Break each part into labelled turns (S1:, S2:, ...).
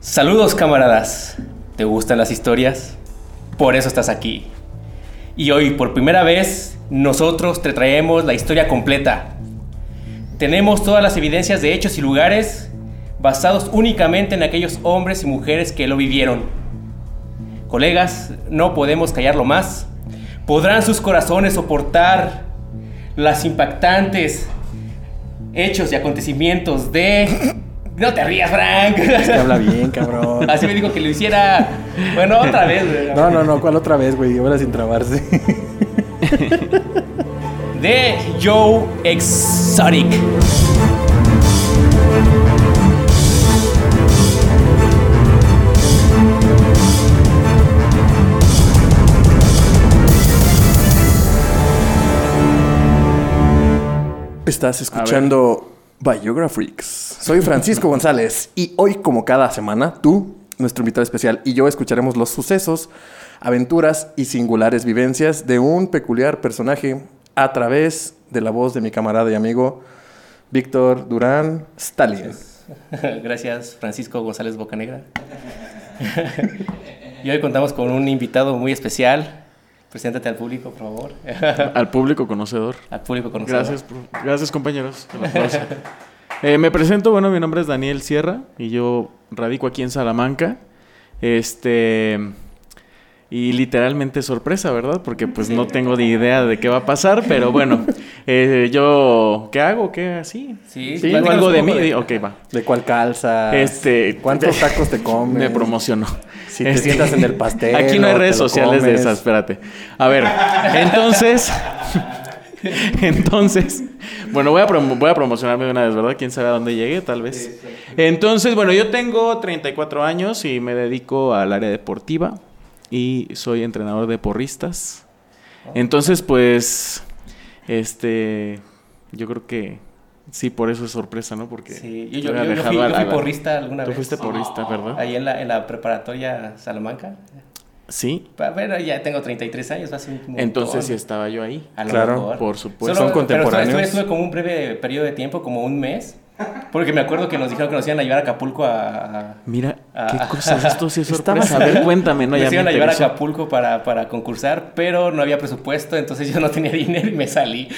S1: Saludos camaradas, ¿te gustan las historias? Por eso estás aquí. Y hoy, por primera vez, nosotros te traemos la historia completa. Tenemos todas las evidencias de hechos y lugares basados únicamente en aquellos hombres y mujeres que lo vivieron. Colegas, no podemos callarlo más. ¿Podrán sus corazones soportar las impactantes hechos y acontecimientos de... No te rías,
S2: Es que
S1: Frank.
S2: habla bien, cabrón.
S1: Así me dijo que lo hiciera. Bueno, otra vez, güey.
S2: No, no, no, ¿cuál otra vez, güey? Ahora sin trabarse.
S1: De Joe Exotic.
S2: Estás escuchando Biographics. Soy Francisco González y hoy, como cada semana, tú, nuestro invitado especial, y yo escucharemos los sucesos, aventuras y singulares vivencias de un peculiar personaje a través de la voz de mi camarada y amigo Víctor Durán Stalin.
S1: Gracias, Francisco González Bocanegra. y hoy contamos con un invitado muy especial. Preséntate al público, por favor.
S3: Al público conocedor.
S1: al público conocido.
S3: Gracias, prof- gracias compañeros. El aplauso. Eh, me presento, bueno, mi nombre es Daniel Sierra y yo radico aquí en Salamanca. Este. Y literalmente sorpresa, ¿verdad? Porque pues no tengo ni idea de qué va a pasar, pero bueno, eh, yo, ¿qué hago? ¿Qué así?
S1: Sí,
S3: ¿Digo
S1: platícanos
S3: algo
S1: un
S3: de mí.
S1: poco de-
S3: Ok, va.
S2: ¿De cuál calza?
S3: Este,
S2: Ah, ¿Cuántos tacos te comes?
S3: Me promocionó.
S2: Si te sientas en el pastel
S3: Aquí no hay
S2: o te
S3: redes
S2: lo
S3: sociales de
S2: comes.
S3: esas, espérate. A ver, entonces. entonces. Bueno, voy a, promo- voy a promocionarme de una vez, ¿verdad? Quién sabe a dónde llegue, tal vez. Entonces, bueno, yo tengo 34 años y me dedico al área deportiva y soy entrenador de porristas.
S1: Oh.
S3: Entonces, pues. Este. Yo creo que. Sí, por eso es sorpresa, ¿no? Porque.
S1: Sí, yo,
S3: estoy
S1: yo- yo- yo
S3: alejado
S1: fui, yo
S3: al-
S1: fui
S3: al-
S1: porrista alguna
S3: Tú
S1: vez.
S3: fuiste porrista, ¿verdad?
S1: Ahí en la, en la preparatoria Salamanca.
S3: Sí.
S1: Pa- Bueno, ya tengo 33 años, hace un montón.
S3: Entonces sí estaba yo ahí.
S1: A lo
S2: Claro,
S1: mejor.
S3: por supuesto.
S1: Solo-
S2: Son contemporáneos.
S1: Pero estuve, estuve como un breve periodo de tiempo, como un mes, porque me acuerdo que nos dijeron que nos iban a llevar a Acapulco a... a-
S3: Mira, qué
S1: Ah.
S3: cosas, esto sí es
S2: Estabas
S3: sorpresa. A ver, cuéntame, ¿no?
S1: nos
S3: me
S1: iban a llevar a
S3: interesó.
S1: Acapulco para, para concursar, pero no había presupuesto, entonces yo no tenía dinero y me salí.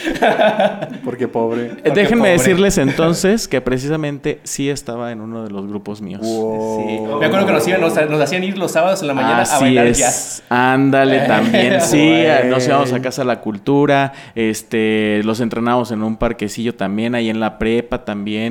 S2: Porque pobre.
S3: Eh, Déjenme
S1: pobre.
S3: decirles entonces que precisamente sí estaba en uno de los grupos míos.
S1: Sí. Me acuerdo que nos, iban- nos, nos hacían ir los sábados en la mañana a
S3: Oh. Así
S1: bailar
S3: es.
S1: jazz.
S3: Ándale, también. Sí,
S2: Güey.
S3: nos íbamos a casa la cultura. Este, los entrenábamos en un parquecillo también, ahí en la prepa también.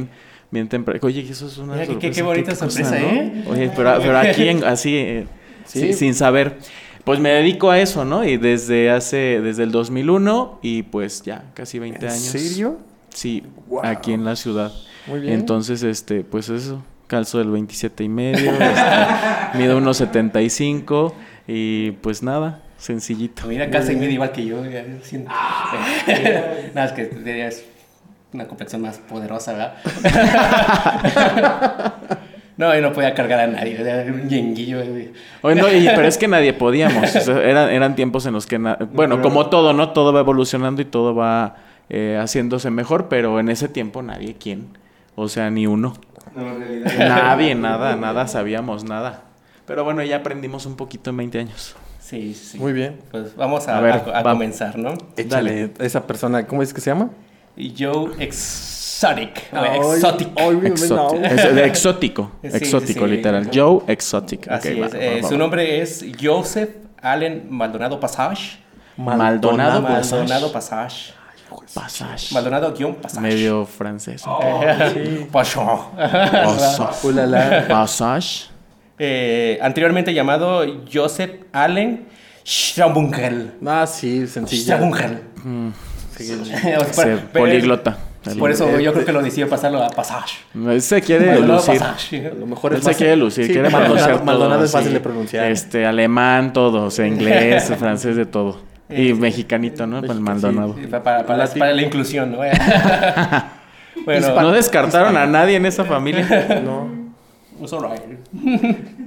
S3: Bien temprano. Oye, eso es una
S1: Mira, qué-
S3: sorpresa.
S1: qué- qué bonita sorpresa, ¿eh?
S3: Oye, pero, pero aquí, en- así, eh,
S2: Sí.
S3: sin- sin saber. Pues me dedico a eso, ¿no? Y desde hace, desde el 2001 y pues ya, casi 20
S2: ¿En
S3: años.
S2: serio?
S3: Sí,
S2: Wow.
S3: aquí en la ciudad.
S2: Muy bien.
S3: Entonces, este, pues eso. Calzo del 27 y medio, este, mido unos 75 y pues nada, sencillito.
S1: Mira, casa y media igual que yo. ya, siento.
S3: Ah,
S1: Nada, es que tenías una complexión más poderosa, ¿verdad? no, yo no podía cargar a nadie, era un yenguillo. eh.
S3: Oye, no, y- pero es que nadie podíamos. o sea, eran, eran tiempos en los que, na- bueno, como todo, ¿no? Todo va evolucionando y todo va eh, haciéndose mejor, pero en ese tiempo nadie, ¿quién? O sea, ni uno. Nadie, nada, nada sabíamos, nada. Pero bueno, ya aprendimos un poquito en 20 años.
S1: Sí, sí.
S2: Muy bien.
S1: Pues vamos a,
S3: A ver,
S1: a- a
S3: va.
S1: comenzar, ¿no?
S2: Échale. Esa persona, ¿cómo es que se llama?
S1: Joe Exotic. o Exotic.
S3: Exótico. Es de exótico.
S1: Sí,
S3: exótico,
S1: sí.
S3: literal. Joe Exotic. Ok,
S1: Así
S3: va,
S1: es.
S3: va,
S1: eh,
S3: va,
S1: su
S3: va.
S1: nombre es Joseph Allen Maldonado Passage.
S3: Maldonado,
S1: Maldonado Passage.
S3: Passage.
S1: Maldonado guión Passage.
S3: Medio francés.
S1: Passage.
S3: Passage.
S2: Ulala.
S3: Passage.
S1: Eh, anteriormente llamado Joseph Allen Schrabungel.
S2: Ah, sí, Mm, sencillo.
S1: Schrabungel.
S3: Ese políglota.
S1: Por
S3: El-
S1: eso yo creo que lo decidió pasarlo a Passage.
S3: Él se quiere
S1: Maldonado
S3: lucir.
S1: Passage.
S2: A lo mejor
S3: Él
S2: es
S3: se
S2: más...
S3: quiere lucir,
S2: Sí,
S3: quiere
S2: Maldonado-
S3: manosear todo,
S2: Maldonado es
S3: así.
S2: fácil de pronunciar.
S3: Este, alemán, todo, o sea, inglés, francés, de todo. Y mexicanito, ¿no? Pues Maldonado.
S1: Sí, pa- Para, para- para la inclusión, ¿no?
S3: No
S1: bueno,
S3: descartaron a nadie en esa familia.
S2: No.
S1: it's alright.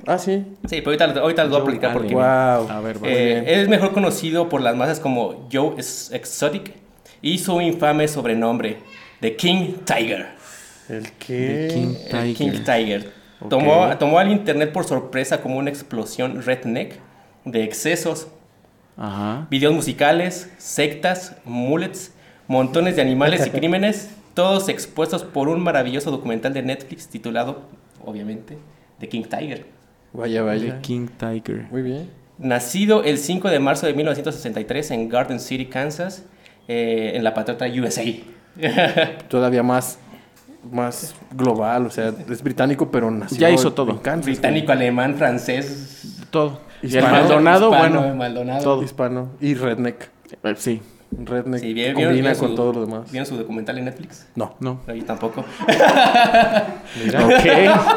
S2: Ah, sí.
S1: Sí, pero ahorita, ahorita los voy a platicar porque
S2: Allen. Guau.
S3: A ver, va.
S1: Eh, es mejor conocido por las masas como Joe Ex- Exotic y su infame sobrenombre, The King Tiger.
S2: ¿El qué?
S3: King
S1: El Eh, King
S3: Tiger.
S1: Tiger. Tomó, tomó al internet por sorpresa como una explosión redneck de excesos,
S3: Ajá.
S1: videos musicales, sectas, mullets, montones de animales y crímenes, todos expuestos por un maravilloso documental de Netflix titulado, obviamente, The King Tiger.
S2: Vaya,
S3: The King Tiger.
S2: Muy bien.
S1: Nacido el 5 de marzo de 1963 en Garden City, Kansas, eh, en la patriota USA.
S2: Todavía más, más global, o sea, es británico, pero nació
S3: Ya hizo
S2: en
S3: todo.
S2: Kansas,
S1: Británico, alemán, francés,
S3: Todo. Y el
S2: Hispano,
S3: Maldonado,
S1: hispano,
S3: bueno.
S1: Maldonado.
S3: todo.
S2: Hispano y redneck.
S3: Eh, Sí,
S2: Redneck
S1: Sí, ¿vieron-
S2: combina
S1: vieron
S2: con
S1: su-
S2: todo lo demás.
S1: ¿Vieron su documental en Netflix?
S2: No.
S3: no.
S1: No, yo tampoco.
S3: Ok.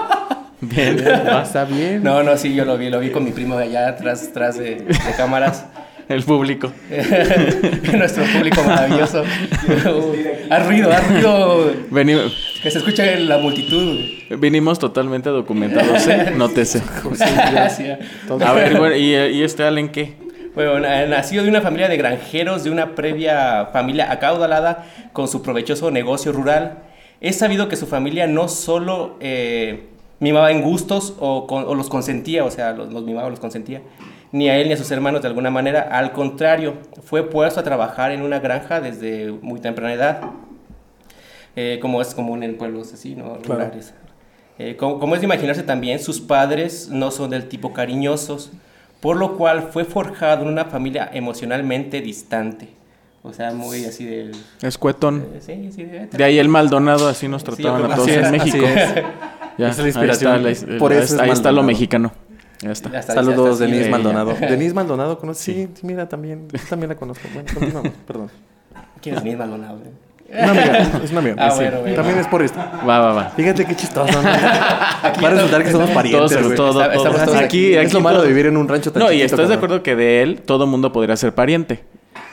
S3: Bien.
S2: Ah, Está bien.
S1: No, no, sí, yo lo vi, lo vi con mi primo de allá atrás, atrás de, de cámaras.
S3: El público.
S1: Nuestro público maravilloso. haz ruido, haz ruido.
S3: Venimos,
S1: Que se escuche la multitud.
S3: vinimos totalmente documentados, ¿eh? Nótese.
S1: Gracias.
S3: A ver, güey, ¿y, y este Allen qué?
S1: Bueno, na- nacido de una familia de granjeros, de una previa familia acaudalada con su provechoso negocio rural, es sabido que su familia no solo eh, mimaba en gustos o, con- o los consentía, o sea, los, los mimaba o los consentía, ni a él ni a sus hermanos de alguna manera, al contrario, fue puesto a trabajar en una granja desde muy temprana edad, eh, como es común en pueblos así, ¿no?
S2: Claro.
S1: Rurales. Eh, como, como es de imaginarse también, sus padres no son del tipo cariñosos, por lo cual fue forjado en una familia emocionalmente distante. O sea, muy así de...
S3: Escuetón.
S1: eh, sí, sí, de-
S3: De ahí el Maldonado, así nos
S1: Sí, yo
S3: trataban
S1: creo que
S3: a todos
S2: así
S3: en
S2: es,
S3: México.
S2: así es.
S3: Ya,
S2: Esa es la inspiración.
S3: Ahí está, la-
S2: Por
S3: ahí
S2: eso
S3: está-
S2: es
S3: ahí está lo
S2: Maldonado.
S3: mexicano. Ya está.
S1: Ya está, ya
S2: Saludos,
S1: está, sí,
S2: Denise
S1: eh,
S2: Maldonado.
S1: ya.
S2: Denise Maldonado, conoce. Sí, sí, mira, también, yo también la conozco. Bueno, continuamos, perdón.
S1: ¿Quién es Denise Maldonado? eh?
S2: Una amiga, es una amiga.
S1: Ah,
S2: sí.
S1: bueno, bueno.
S2: También es por esto.
S3: Va, va, va.
S2: Fíjate qué chistoso. ¿no? Va a resultar que somos parientes,
S3: Todos,
S2: güey.
S3: todos,
S1: Estamos
S3: todos.
S1: todos
S3: Aquí,
S2: es
S3: aquí
S2: lo malo
S3: todos.
S2: de vivir en un rancho tan
S3: No, y
S2: chiquito,
S3: estás de
S2: cabrón.
S3: acuerdo que de él todo mundo podría ser pariente.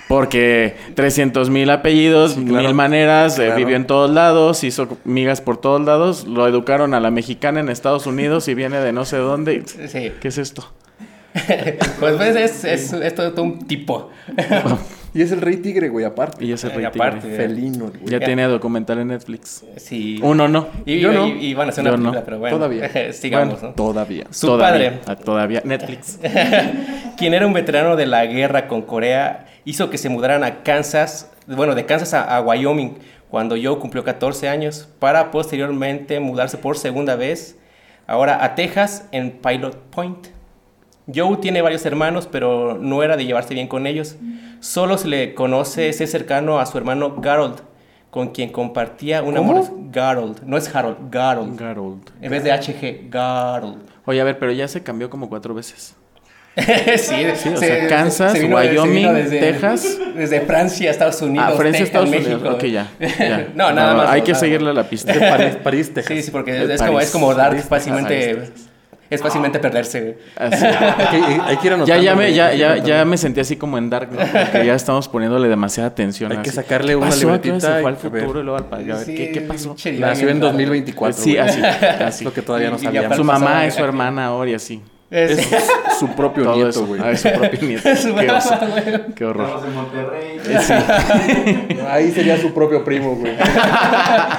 S3: Porque 300 mil apellidos,
S2: claro.
S3: mil maneras, eh,
S2: Claro.
S3: vivió en todos lados, hizo migas por todos lados, lo educaron a la mexicana en Estados Unidos y viene de no sé dónde. y-
S1: Sí.
S3: ¿Qué es esto?
S1: Pues, pues, es, es, es todo, todo un tipo.
S2: Y es el rey tigre, güey, aparte.
S3: Y ya se
S1: Y
S3: retira.
S1: Eh, aparte,
S2: Felino, güey.
S3: Ya tiene documental en Netflix.
S1: Sí.
S3: Uno no.
S1: Y,
S2: Yo
S1: y-
S2: no.
S1: y van a hacer una
S3: Yo
S1: película,
S3: no.
S1: pero bueno.
S2: Todavía.
S1: Sigamos,
S3: Bueno,
S1: ¿no?
S2: Todavía.
S1: Su padre,
S3: Todavía. Ah, Todavía. Netflix.
S1: quien era un veterano de la guerra con Corea, hizo que se mudaran a Kansas, bueno, de Kansas a, a Wyoming, cuando Joe cumplió 14 años, para posteriormente mudarse por segunda vez, ahora a Texas, en Pilot Point. Joe tiene varios hermanos, pero no era de llevarse bien con ellos. Solo se le conoce ese cercano a su hermano Garold, con quien compartía un
S2: ¿Cómo?
S1: amor. Garold, no es Harold, Garold.
S3: Garold.
S1: En vez de HG, Garold.
S3: Oye, a ver, pero ya se cambió como cuatro veces.
S1: sí,
S3: Sí, o sea, Kansas, Wyoming, Texas.
S1: Desde Francia, Estados Unidos,
S3: ah, Francia,
S1: Texas,
S3: Estados
S1: México. eh.
S3: Unidos. Ok, ya. ya.
S1: no, nada
S3: Va, va,
S1: más.
S3: Hay
S1: no,
S3: que
S1: nada
S3: seguirle la
S2: Es de
S3: pista.
S2: París, París,
S1: más.
S2: Texas.
S1: Sí, sí, porque es,
S3: De
S1: es como,
S3: Eh, París, ah,
S1: es como dar
S2: París,
S1: fácilmente.
S2: París,
S1: es fácilmente perderse. güey.
S3: Así.
S2: Hay que, eh, hay que ir anotando,
S3: Ya, ya, me,
S2: güey.
S3: ya,
S2: Hay que
S3: ya,
S2: ir
S3: ya
S2: anotando.
S3: me sentí así como en Dark, ¿no? Porque ya estamos poniéndole demasiada atención.
S2: Hay que
S3: así.
S2: sacarle
S3: ¿Qué
S2: una
S3: pasó? ¿A qué hora
S2: libretita
S3: se
S2: y
S3: fue al
S2: a ver.
S3: futuro y luego al pa- a ver,
S1: Sí,
S3: ¿qué, qué pasó? Pues
S1: che,
S2: Nació en
S1: claro.
S2: 2024.
S3: sí,
S2: güey.
S3: así,
S2: Es
S3: así.
S2: lo que todavía no
S1: Y- y
S2: sabíamos.
S3: Su mamá
S1: pasaba-
S3: es su hermana ahora y así.
S1: Es-
S2: Es su propio
S3: Todo
S2: nieto,
S3: eso.
S2: güey.
S3: Ah, es su propio nieto.
S1: es su
S3: qué,
S1: mamá,
S3: oso.
S1: güey.
S3: Qué horror.
S4: en Monterrey.
S2: Ahí sería su propio primo, güey.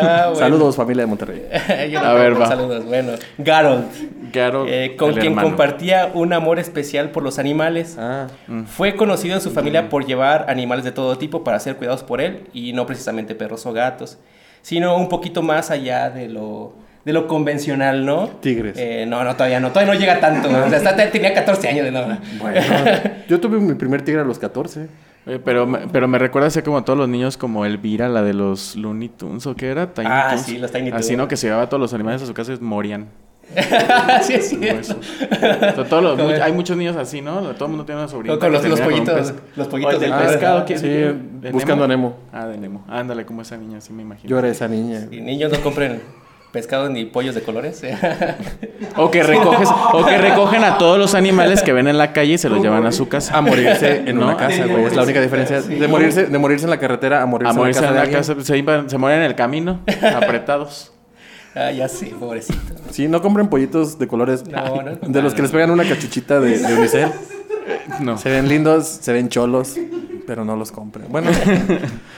S1: Ah, bueno.
S2: Saludos, familia de Monterrey.
S1: Yo no
S3: A ver,
S1: tengo
S3: va.
S1: Saludos, bueno. Garold.
S3: Garo,
S1: eh, con
S3: el
S1: quien
S3: hermano.
S1: compartía un amor especial por los animales.
S2: Ah,
S1: Fue conocido en su familia por llevar animales de todo tipo para ser cuidados por él y no precisamente perros o gatos, sino un poquito más allá de lo, de lo convencional, ¿no?
S2: Tigres.
S1: Eh, no, no, todavía no, todavía no llega tanto. O sea, hasta tenía 14 años de nada.
S2: bueno. Yo tuve mi primer tigre a los 14.
S3: Oye, Eh, pero, me- pero me recuerda así como a todos los niños como Elvira, la de los Looney Tunes o qué era. Tiny
S1: Ah,
S3: Toons.
S1: sí, los Tiny
S3: Así
S1: Toons.
S3: no, que se llevaba a todos los animales a su casa y morían.
S1: sí, es cierto.
S3: O sea, todos los-
S1: Con
S3: mu-
S1: el-
S3: hay muchos niños así, ¿no? Todo el mundo tiene una sobrina.
S1: Con, con
S3: que
S1: los, los
S3: termina con un
S1: pollitos,
S3: pez.
S1: los
S3: O el
S1: pollitos
S3: del
S2: Ah,
S3: pescado, ¿quién?
S2: sí,
S3: ¿De
S2: buscando a Nemo.
S3: Ah, de Nemo. Ándale, como esa niña, sí me imagino.
S2: Yo era esa niña.
S1: Y niños no compren pescados ni pollos de colores.
S3: O que recoges, o que recogen a todos los animales que ven en la calle y se los llevan a su casa.
S2: A morirse en
S3: No,
S2: una casa, güey. Es la única diferencia. De morirse, de morirse en la carretera a morirse,
S3: A morirse en
S2: de
S3: la
S2: alguien.
S3: casa, se, iban- se mueren en el camino, apretados.
S1: ah, ya sí, pobrecito.
S2: Sí, no compren pollitos de colores.
S1: No, no.
S2: De los que les pegan una cachuchita de, de unicel.
S3: No.
S2: Se ven lindos, se ven cholos. Pero no los compren. Bueno,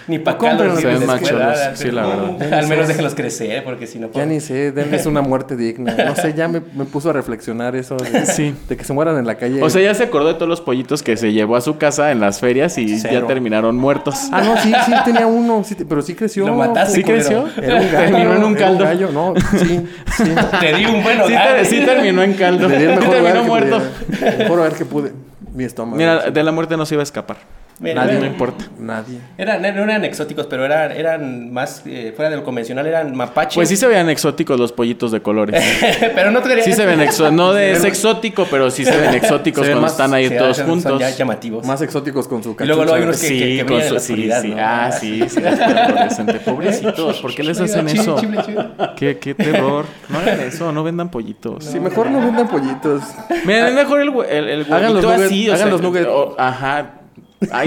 S1: Ni para acá
S2: Compren
S1: los
S2: los
S1: sirven de
S3: demás
S1: escuela,
S3: cholos, sí, la
S1: pero-
S2: verdad.
S1: Al menos déjenlos crecer, porque si no...
S2: ya
S1: pues-
S2: ni sé, denles una muerte digna. No sé, ya me, me puso a reflexionar eso de,
S3: Sí.
S2: de que se mueran en la calle.
S3: O sea, ya se acordó de todos los pollitos que se llevó a su casa en las ferias y
S2: Cero.
S3: ya terminaron muertos.
S2: Ah, no, sí, sí tenía uno, sí te- pero sí creció.
S1: Lo mataste,
S3: ¿Sí
S1: culero.
S3: creció?
S2: Era un gallo.
S3: Terminó en un
S2: era
S3: caldo.
S2: gallo, no, sí, sí.
S1: Te di un buen
S3: Sí,
S1: hogar.
S3: ter- sí terminó en caldo.
S2: ah, Le di
S3: Sí
S2: el mejor hogar
S3: terminó
S2: que
S3: muerto.
S2: pudiera. El mejor hogar que pude. Mi estómago.
S3: Mira, de la muerte no se iba a escapar.
S1: Mira,
S3: Nadie
S1: mira.
S3: me importa.
S2: Nadie.
S1: Eran, eran- no eran exóticos, pero eran, eran más eh, fuera de lo convencional, eran mapaches.
S3: Pues sí se veían exóticos los pollitos de colores.
S1: pero no te quería
S3: Sí se ven exóticos. No de
S2: Se
S3: es
S2: ven-
S3: exótico, pero sí se ven exóticos
S2: se ven
S3: cuando
S2: más-
S3: están ahí
S1: Sí,
S3: todos
S1: son- Son
S3: juntos.
S1: ya llamativos.
S2: Más exóticos con su
S1: Y luego luego hay unos
S2: cachucha.
S1: que- que
S3: con
S1: brillan en la
S3: su- sí,
S1: oscuridad,
S3: sí.
S1: ¿no?
S3: Ah, sí, sí. es adolescente. Pobrecitos, ¿por qué les hacen
S1: Chile,
S3: eso?
S1: chile, chile.
S3: Qué, qué terror. No hagan eso, no vendan pollitos.
S2: Sí, mejor no vendan pollitos.
S3: Miren, es mejor el, hue- el, el huevito
S2: Hagan los nuggets,
S3: así. O
S2: hagan
S3: sea,
S2: los nuggets.
S3: o- ajá. Ay,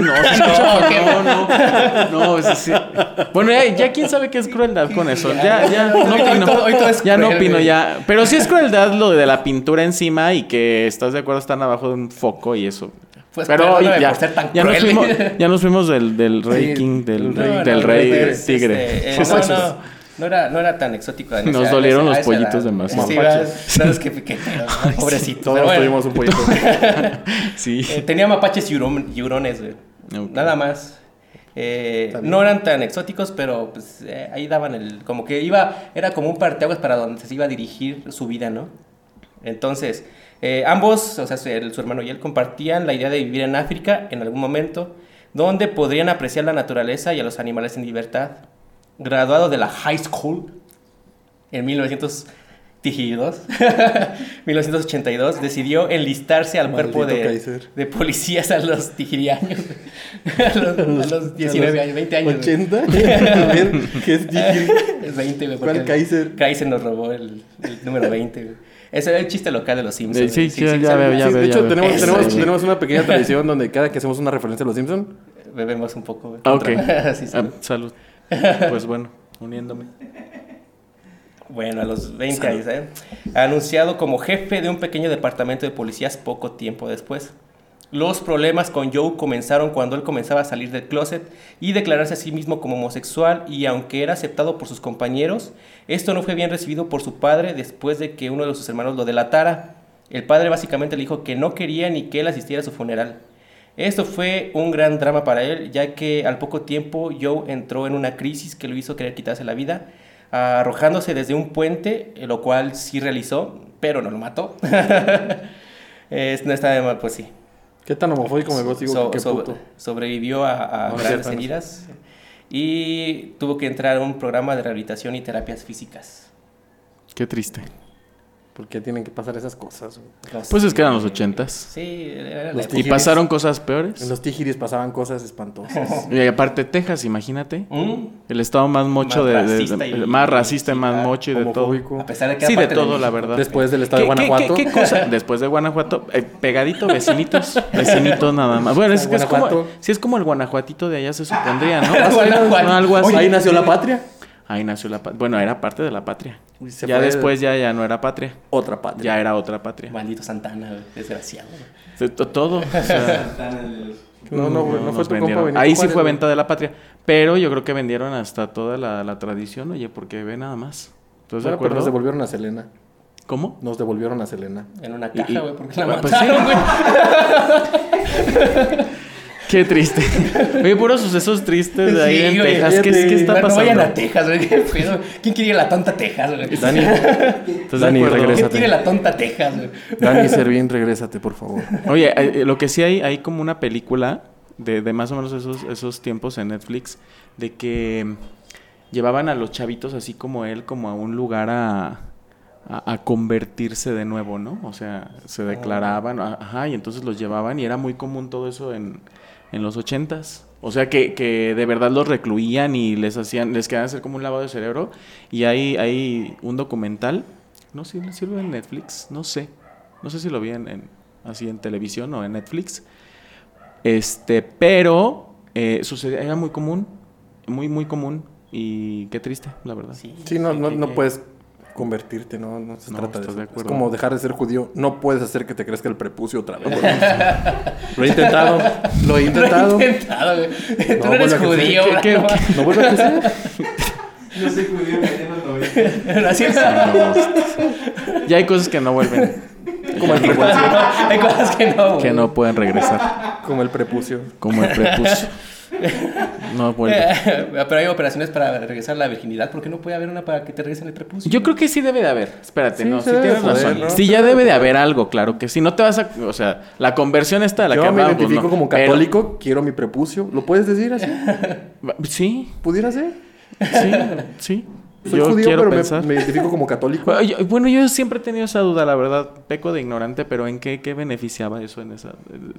S3: no, se escucha- no, no, no, eso sí. Bueno, ya, ya quién sabe qué es crueldad con eso. Ya, ya, no
S1: Hoy
S3: opino.
S1: todo- hoy todo es
S3: ya no
S1: cruel,
S3: opino,
S1: güey.
S3: ya. Pero sí es crueldad lo de la pintura encima y que, ¿estás de acuerdo? Están abajo de un foco y eso.
S1: Pues
S3: Pero
S1: perdóname
S3: ya,
S1: por ser tan
S3: ya, nos
S1: cruel.
S3: fuimos, ya nos fuimos del, del rey
S2: Sí,
S3: king, del,
S2: no,
S3: rey-
S1: No,
S3: del
S1: no,
S3: rey
S1: no, es,
S3: tigre.
S1: este, eh, no, no, no era, no era tan exótico. en
S3: Nos
S1: esa-
S3: dolieron
S1: en esa-
S3: los
S1: a esa
S3: pollitos
S1: edad.
S3: de más.
S1: Sí,
S3: Mapaches.
S1: ¿verdad? No, es que, que- pobrecito.
S2: Todos
S1: pero bueno.
S2: tuvimos un pollito.
S3: Sí.
S1: Eh, tenía mapaches y hurón- y hurones, güey.
S3: Ok.
S1: Nada más. Eh,
S2: Está bien.
S1: no eran tan exóticos, pero pues eh, ahí daban el. Como que iba. Era como un parteaguas para donde se iba a dirigir su vida, ¿no? Entonces, eh, ambos, o sea, su, el- su hermano y él compartían la idea de vivir en África en algún momento, donde podrían apreciar la naturaleza y a los animales en libertad. Graduado de la high school en 1982, 1982 decidió enlistarse al
S2: Maldito
S1: cuerpo de,
S2: Kaiser.
S1: de policías a los tigiriaños, a los, a los 19 años, 20 años. güey.
S2: ¿80? A ver, ¿qué es difícil?
S1: 20, güey.
S2: ¿Cuál
S1: porque
S2: Kaiser?
S1: Kaiser nos robó el, el número 20, güey. Ese era el chiste local de los
S3: Sí,
S1: Simpsons.
S3: sí,
S1: güey.
S3: ya, ya veo,
S2: Sí,
S3: ya veo.
S2: de
S3: ya
S2: hecho,
S3: veo.
S2: tenemos,
S1: Eso,
S2: tenemos,
S1: sí.
S2: tenemos una pequeña tradición donde cada que hacemos una referencia a los Simpson
S1: Bebemos un poco, güey.
S3: Ah, ok.
S1: Sí, sí.
S3: Ah, salud. Pues bueno, uniéndome.
S1: Bueno, a los 20 años, ¿eh? Anunciado como jefe de un pequeño departamento de policías poco tiempo después. Los problemas con Joe comenzaron cuando él comenzaba a salir del closet y declararse a sí mismo como homosexual y aunque era aceptado por sus compañeros, esto no fue bien recibido por su padre después de que uno de sus hermanos lo delatara. El padre básicamente le dijo que no quería ni que él asistiera a su funeral. Esto fue un gran drama para él, ya que al poco tiempo Joe entró en una crisis que lo hizo querer quitarse la vida, arrojándose desde un puente, eh, lo cual sí realizó, pero no lo mató. Es- no está de mal, pues sí.
S2: ¿Qué tan homofóbico me veo? Digo,
S1: So-
S2: qué
S1: sobre-
S2: puto.
S1: Sobrevivió a, a
S2: No,
S1: grandes
S2: cierto, no.
S1: heridas y tuvo que entrar a un programa de rehabilitación y terapias físicas.
S3: Qué triste.
S2: ¿Por qué tienen que pasar esas cosas? güey?
S1: No sé.
S3: Pues es que eran los ochentas.
S1: Sí, era la
S2: Los
S1: época.
S3: Y
S2: Tijeras.
S3: pasaron cosas
S2: En
S3: peores.
S2: los tijiris pasaban cosas espantosas.
S3: Y aparte Texas, imagínate.
S1: Mm,
S3: El estado más mocho
S1: Más
S3: de, de-
S1: racista
S3: de-
S1: y-
S3: más racista y
S1: ah,
S3: más mocho y de todo.
S2: Homofóbico.
S1: A pesar de que
S3: Sí,
S1: era
S3: de
S1: parte
S3: todo,
S1: mi-
S3: la verdad.
S2: Después del estado de
S3: ¿Qué- qué-
S2: Guanajuato.
S3: ¿Qué, qué cosa? Después de Guanajuato, eh, pegadito, vecinitos, vecinitos nada más. Bueno, es que es como,
S2: Guanajuato.
S3: si es como el Guanajuatito de allá se supondría, ¿no?
S1: Guanajuato.
S3: Algo así.
S2: Oye, Ahí nació la patria.
S3: Ahí nació la patria. Bueno, era parte de la patria.
S2: Y se
S3: ya
S2: fue
S3: después ya, ya no era patria.
S2: Otra patria.
S3: Ya era otra patria.
S1: Maldito Santana, güey, desgraciado. güey.
S3: De to- Todo. o sea,
S2: No, no, güey, no, fue tu
S3: nos
S2: compa
S3: vendieron.
S2: Benito
S3: Ahí sí
S2: Juárez,
S3: fue
S2: güey.
S3: venta de la patria. Pero yo creo que vendieron hasta toda la, la tradición, oye, porque ve nada más. ¿Estás de
S2: Bueno, pero
S3: acuerdo?
S2: nos devolvieron a Selena.
S3: ¿Cómo?
S2: Nos devolvieron a Selena.
S1: En una
S3: Y- y-
S1: caja, güey, porque la
S3: Pues
S1: mataron,
S3: sí.
S1: güey.
S3: Qué triste. Oye, puros sucesos tristes de ahí
S1: Sí,
S3: en
S1: güey,
S3: Texas. ¿Qué,
S2: fíjate.
S3: qué está
S1: Bueno, no
S3: pasando?
S1: vayan a Texas, güey. qué pedo. ¿Quién quiere ir a la tonta Texas, güey?
S2: Dani,
S3: ¿Estás de
S2: Dani,
S3: acuerdo?
S2: regresa.
S1: ¿Quién quiere la tonta Texas, güey?
S2: Dani Servín, regrésate, por favor.
S3: Oye, eh, eh, lo que sí hay, hay como una película de, de más o menos esos, esos tiempos en Netflix de que mm, llevaban a los chavitos así como él, como a un lugar a, a, a convertirse de nuevo, ¿no? O sea, se declaraban, a- ajá, y entonces los llevaban y era muy común todo eso en, en los ochentas. O sea, que, que de verdad los recluían y les hacían, les querían hacer como un lavado de cerebro. Y hay, hay un documental, no sé si sirve en Netflix, no sé. No sé si lo vi en, en- así en televisión o en Netflix. Este, pero eh, sucedía, era muy común, muy, muy común. Y qué triste, la verdad.
S2: Sí, no, no,
S1: que-
S2: no
S1: que-
S2: puedes convertirte, no, no se
S3: No,
S2: trata de
S3: estás
S2: eso.
S3: de
S2: Es
S3: acuerdo.
S2: como dejar de ser judío. No puedes hacer que te crezca el prepucio otra vez. lo he intentado. Lo he intentado.
S1: Lo he intentado, güey. Tú
S2: No,
S1: no eres
S2: bueno, que-
S1: judío,
S3: que- que-
S1: bro.
S2: No vuelve a crecer.
S4: Yo soy judío, me lleno todavía.
S1: No, así es.
S3: Ya hay cosas que no vuelven,
S2: Como el
S1: Hay cosas
S2: prepucio.
S1: que no- Hay cosas que no.
S3: que
S1: güey.
S3: no pueden regresar,
S2: Como el prepucio.
S3: como el prepucio. No vuelven.
S1: Eh, Pero hay operaciones para regresar la virginidad. ¿Por qué no puede haber una para que te regresen el prepucio?
S3: Yo creo que sí debe de haber. Espérate,
S2: Sí,
S3: no,
S2: se
S3: sí
S2: debe
S3: tienes
S2: poder,
S3: razón.
S2: ¿no?
S3: Sí, ya debe de haber algo, claro que sí. No te vas a. O sea, la conversión está de la
S2: Yo
S3: que
S2: me
S3: hablábamos,
S2: identifico
S3: ¿no?
S2: como
S3: Pero-
S2: católico. Quiero mi prepucio. ¿Lo puedes decir así?
S3: sí,
S2: ¿Pudiera ser?
S3: sí, sí.
S2: Soy
S3: yo
S2: judío,
S3: quiero
S2: pero
S3: pensar.
S2: me, me identifico como católico.
S3: Bueno, yo- Bueno, yo siempre he tenido esa duda, la verdad. Peco de ignorante, pero ¿en qué, qué beneficiaba eso en esa.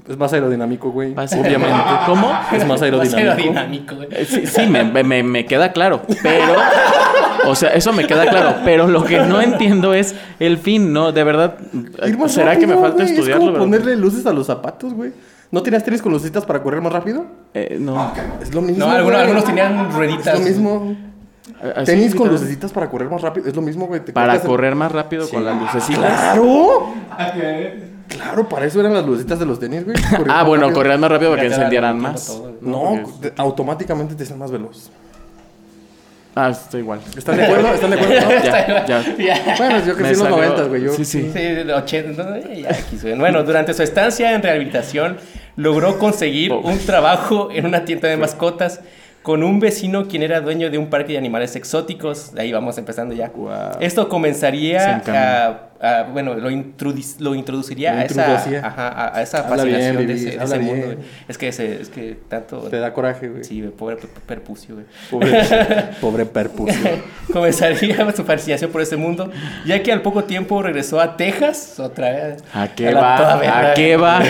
S2: Es más aerodinámico, güey.
S3: Obviamente. ¿Cómo?
S2: Es más aerodinámico.
S1: aerodinámico, güey.
S3: Eh, Sí, sí, me, me- me queda claro, pero... O sea, eso me queda claro, pero lo que no entiendo es el fin, ¿no? De verdad,
S2: Ir más
S3: ¿será que me
S2: rápido,
S3: falta
S2: güey.
S3: estudiarlo?
S2: Es como
S3: verdad?
S2: ponerle luces a los zapatos, güey. ¿No tenías tenis con lucitas para correr más rápido?
S3: Eh, no.
S2: Es lo mismo.
S1: No, algunos,
S2: güey.
S1: algunos tenían rueditas.
S2: Es lo mismo.
S3: Así,
S2: tenis con
S3: literal.
S2: lucecitas para correr más rápido. Es lo mismo, güey. Te
S3: Para
S2: cortas el-
S3: correr más rápido con las lucecitas.
S2: ¡Claro!
S4: Ah, que-
S2: Claro, para eso eran las lucecitas de los tenis, güey. Correr
S3: Ah,
S2: más
S3: bueno,
S2: rápido.
S3: correr más rápido para que
S1: Gastar
S3: encendieran
S1: tiempo
S3: más.
S1: todo, güey.
S2: No,
S3: No, porque-
S2: te- automáticamente te hacen más veloz.
S3: Ah, estoy igual.
S2: ¿Están de acuerdo? ¿Están de acuerdo? No.
S3: Ya, ya.
S1: Ya.
S2: Bueno, yo crecí
S3: Me
S2: en los
S3: salió-
S2: noventas, güey. Yo...
S3: Sí, sí.
S1: Sí, de 80, no, ya, X, güey. Bueno, durante su estancia en rehabilitación logró conseguir
S3: Oh.
S1: un trabajo en una tienda de mascotas con un vecino quien era dueño de un parque de animales exóticos. Ahí vamos empezando ya.
S3: Guau.
S1: Esto
S3: Se
S1: comenzaría
S3: encamina.
S1: a, a- bueno, lo, introduc- lo introduciría
S2: Lo
S1: a esa,
S2: introducía.
S1: ajá, a, a esa
S2: Habla
S1: fascinación
S2: bien,
S1: de
S2: Vivi,
S1: ese, de
S2: habla
S1: ese mundo.
S2: bien.
S1: güey. Es que, ese- es que tanto...
S2: Te da coraje, güey.
S1: Sí, güey, pobre per- perpucio, güey.
S2: Pobre, pobre perpucio.
S1: comenzaría su fascinación por ese mundo, ya que al poco tiempo regresó a Texas otra vez.
S3: ¿A qué
S1: la
S3: va?
S1: toda
S3: ¿A
S1: verga.
S3: qué va?
S2: A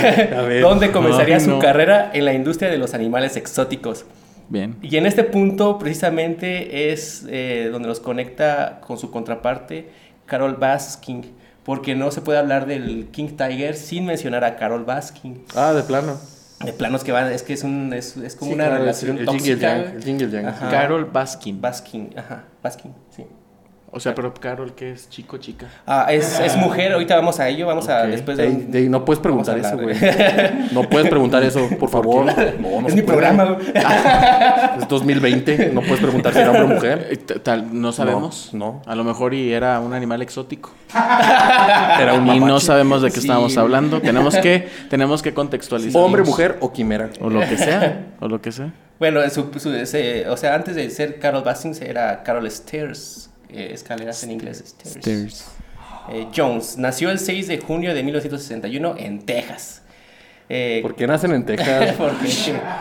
S2: ver.
S1: Donde comenzaría
S3: Ay,
S1: su
S3: no.
S1: carrera en la industria de los animales exóticos.
S3: Bien.
S1: Y en este punto precisamente es eh, donde los conecta con su contraparte, Carol Baskin, porque no se puede hablar del King Tiger sin mencionar a Carol Baskin.
S2: Ah, de plano.
S1: De planos que van, es que es, un, es, es como
S2: Sí,
S1: una
S2: claro, el-
S1: relación
S2: el yin y
S1: tóxica.
S2: el yang, el yin y el yang.
S1: Ajá.
S3: Carol Baskin.
S1: Baskin, ajá, Baskin, sí.
S3: O sea, pero Carol, ¿qué es? ¿Chico, chica?
S1: Ah, es, es mujer, ahorita vamos a ello, vamos a
S3: Ok.
S1: después de...
S2: Ey,
S1: un-
S2: ey, no puedes preguntar
S1: Vamos a
S2: eso,
S1: hablar,
S2: güey. No puedes preguntar eso, por favor. No, no
S1: es
S2: se
S1: mi
S2: puede.
S1: programa, güey.
S2: Es 2020. No puedes preguntar si era hombre o mujer.
S3: Eh, t- tal- no sabemos.
S2: no.
S3: A lo mejor y era un animal exótico.
S2: Era un
S3: y no
S2: mapache.
S3: sabemos de qué
S1: Sí.
S3: estábamos hablando. Tenemos que, tenemos que contextualizar.
S2: Hombre, mujer o quimera.
S3: O lo que sea. O lo que sea.
S1: Bueno, su- su- ese- o sea, antes de ser Carol Bassins era Carol Stairs, eh, escaleras en inglés, Stairs. Eh, Jones nació el 6 de junio de 1961 en Texas. Eh,
S2: ¿Por qué nacen en Texas?
S1: porque-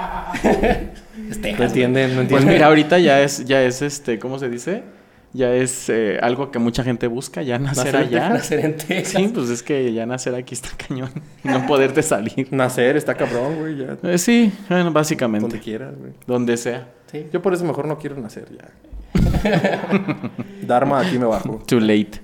S1: es Texas.
S2: No entienden, no
S3: Pues
S2: entienden.
S3: mira, ahorita ya es, ya es este, ¿cómo se dice? Ya es eh, algo que mucha gente busca, ya nacer
S2: Nacer en
S1: güey.
S3: allá.
S1: Nacer en Texas.
S3: Sí, pues es que ya nacer aquí está cañón. Y no poderte salir.
S2: Nacer está cabrón, güey. Ya.
S3: Eh, sí, bueno, básicamente.
S2: Donde
S3: Donde,
S2: quieras, güey.
S3: sea.
S1: Sí.
S2: Yo por eso mejor no quiero nacer ya. Dharma, aquí me bajo.
S3: Too late.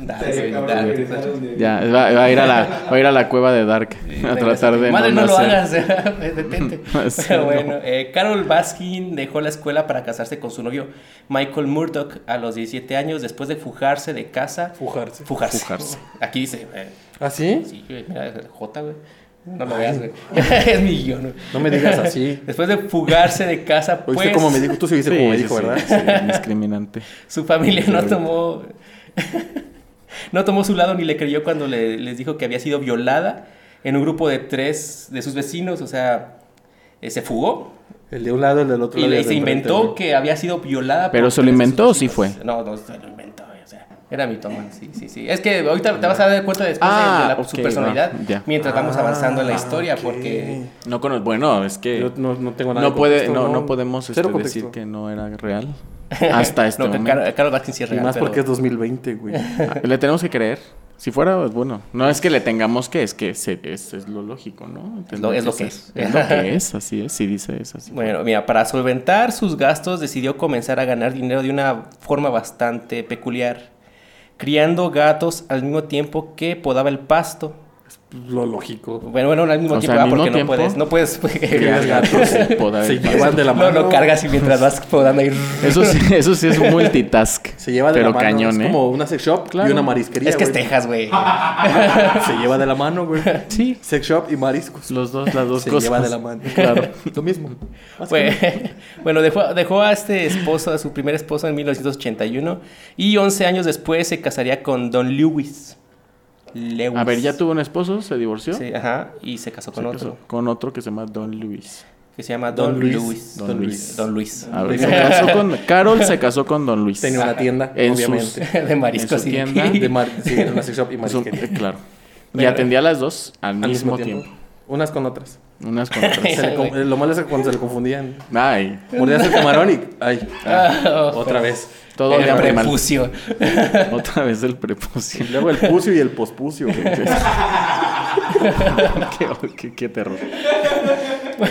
S1: Dale,
S4: Estaría
S1: güey,
S4: cabrón
S1: dale.
S4: regresar donde-
S3: Ya, va, va a ir a la, va a ir a la cueva de Dark a tratar de
S1: Madre, no,
S3: no
S1: lo
S3: nacer.
S1: hagas, ¿eh? detente.
S3: Sí,
S1: Pero
S3: no.
S1: bueno, eh, Carol Baskin dejó la escuela para casarse con su novio Michael Murdoch a los 17 años después de fujarse de casa.
S2: Fujarse.
S1: Fujarse.
S3: Fujarse.
S1: Aquí dice, eh,
S2: ¿Ah, sí?
S1: sí, güey, mira, J, güey. No lo veas, güey. es mi guión, güey.
S2: No me digas así.
S1: Después de fugarse de casa, pues.
S2: Oíste como me dijo, tú sí oíste como me
S3: sí,
S2: dijo,
S3: sí,
S2: ¿verdad?
S3: sí, discriminante.
S1: Su familia no tomó. no tomó su lado ni le creyó cuando le- les dijo que había sido violada en un grupo de tres de sus vecinos. O sea, eh, se fugó
S2: El de un lado, el del otro
S1: y
S2: lado.
S1: le-
S2: el
S1: se
S2: del
S1: inventó
S2: frente,
S1: que había sido violada.
S3: ¿Pero
S1: por
S3: se lo
S1: tres de sus
S3: inventó o sí
S1: vecinos.
S3: fue?
S1: No, no se lo inventó. O sea, era mitoma. Sí, sí, sí. Es que ahorita te vas a dar cuenta después de- de, la-
S3: Ah,
S1: su
S3: ok,
S1: personalidad
S3: va, ya.
S1: mientras vamos
S2: Ah,
S1: avanzando en la historia
S2: ok.
S1: porque.
S3: No cono- bueno, es
S2: güey.
S3: que
S2: Yo no, no tengo nada
S3: no
S2: de
S3: puede,
S2: contexto,
S3: no, no podemos este,
S2: Cero contexto.
S3: decir que no era real hasta este
S1: no, que
S3: momento.
S1: Car- Carlos Vázquez sí es
S2: Y
S1: real,
S2: más
S1: pero-
S2: porque es 2020, güey.
S3: Ah, Le tenemos que creer. Si fuera, pues, bueno, no es que le tengamos que, es que se- es, es lo lógico, ¿no?
S1: Es lo- es lo que es.
S3: Es lo que es, así es, si dice eso. así.
S1: Bueno, mira, para solventar sus gastos decidió comenzar a ganar dinero de una forma bastante peculiar, criando gatos al mismo tiempo que podaba el pasto.
S2: lo lógico.
S1: Bueno, bueno, no al mismo
S3: O sea,
S1: tiempo,
S3: al
S1: ah,
S3: mismo
S1: porque
S3: tiempo.
S1: no puedes, no
S3: Criar
S1: puedes.
S3: gatos y podar
S2: Se
S3: el pasto.
S2: llevan de la
S1: no,
S2: mano.
S1: no cargas y mientras vas podando ir.
S3: Eso sí, eso sí es un multitask.
S2: Se lleva de
S3: pero
S2: la mano. es
S3: cañón, ¿eh?
S2: como una sex shop
S3: Claro. este-
S2: y una marisquería.
S1: Es que es
S2: güey.
S1: Texas, güey.
S2: Se lleva de la mano, güey.
S3: Sí,
S2: Sex shop y mariscos.
S3: los dos, las dos
S2: Se
S3: cosas.
S2: lleva de la mano.
S3: Claro.
S2: Lo mismo.
S1: Fue- bueno, dejó, dejó a este esposo, a su primer esposo en 1981 y 11 años después se casaría con Don Lewis. Lewis.
S3: A ver, ya tuvo un esposo, se divorció.
S1: Sí, ajá, y se casó con
S3: Se
S1: otro
S3: casó Con otro que se llama Don Luis.
S1: que se llama
S2: Don
S1: Don,
S2: Luis.
S1: Lewis.
S2: Don
S1: Don
S2: Luis.
S1: Luis. Don Luis.
S3: A ver, se casó con. Carol se casó con Don Luis.
S2: Tenía una tienda,
S3: En sus-
S2: obviamente.
S1: de mariscos
S3: su
S1: y
S3: tienda
S2: De mar sí, era una sex shop y
S3: Es un-
S2: marisquería.
S3: eh, claro. Y
S1: Bueno,
S3: atendía a las dos al,
S2: Al
S3: mismo, tiempo.
S2: Unas con otras.
S3: Unas con otras.
S2: Se le com- lo malo es que cuando se le confundían.
S3: Ay,
S2: Mordías el camarón y. Ay.
S1: Ah,
S2: otra vez.
S3: todo
S1: el
S3: de hambre mal.
S1: prepucio.
S3: Otra vez el prepucio.
S2: Y luego el pucio y el pospucio. güey.
S3: qué, qué- qué terror.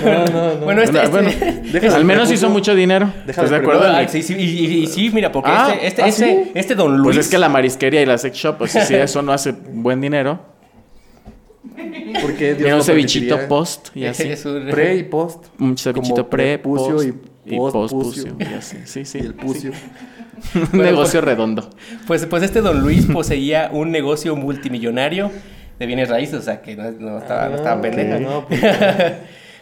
S2: No, no, no.
S1: Bueno, este,
S3: Bueno, bueno,
S1: este-
S2: Este, Deja
S3: al
S2: el
S3: menos
S2: prepucio.
S3: hizo mucho dinero. ¿Estás
S2: el
S3: de acuerdo?
S2: prepucio.
S1: Ah, sí, sí, y, y- y sí, mira, porque
S3: Ah,
S1: este, este,
S3: ¿ah,
S1: este,
S3: sí?
S1: este Don Luis.
S3: Pues es que la marisquería y la sex shop, pues si eso no hace buen dinero.
S2: Porque Dios
S3: Tiene un
S2: lo
S3: cevichito
S2: permitiría?
S3: post y así.
S1: es un-
S2: Pre y post.
S3: Un cevichito
S2: Como
S3: pre,
S2: prepucio
S3: post
S2: y
S3: y
S2: post-
S3: postpucio,
S2: pucio.
S3: y así. Sí, sí.
S2: Y el pucio.
S3: un negocio redondo.
S1: Pues, pues este don Luis poseía un negocio multimillonario de bienes raíces, o sea que no, no estaba, no estaba pendeja.
S2: Ah, No, pues,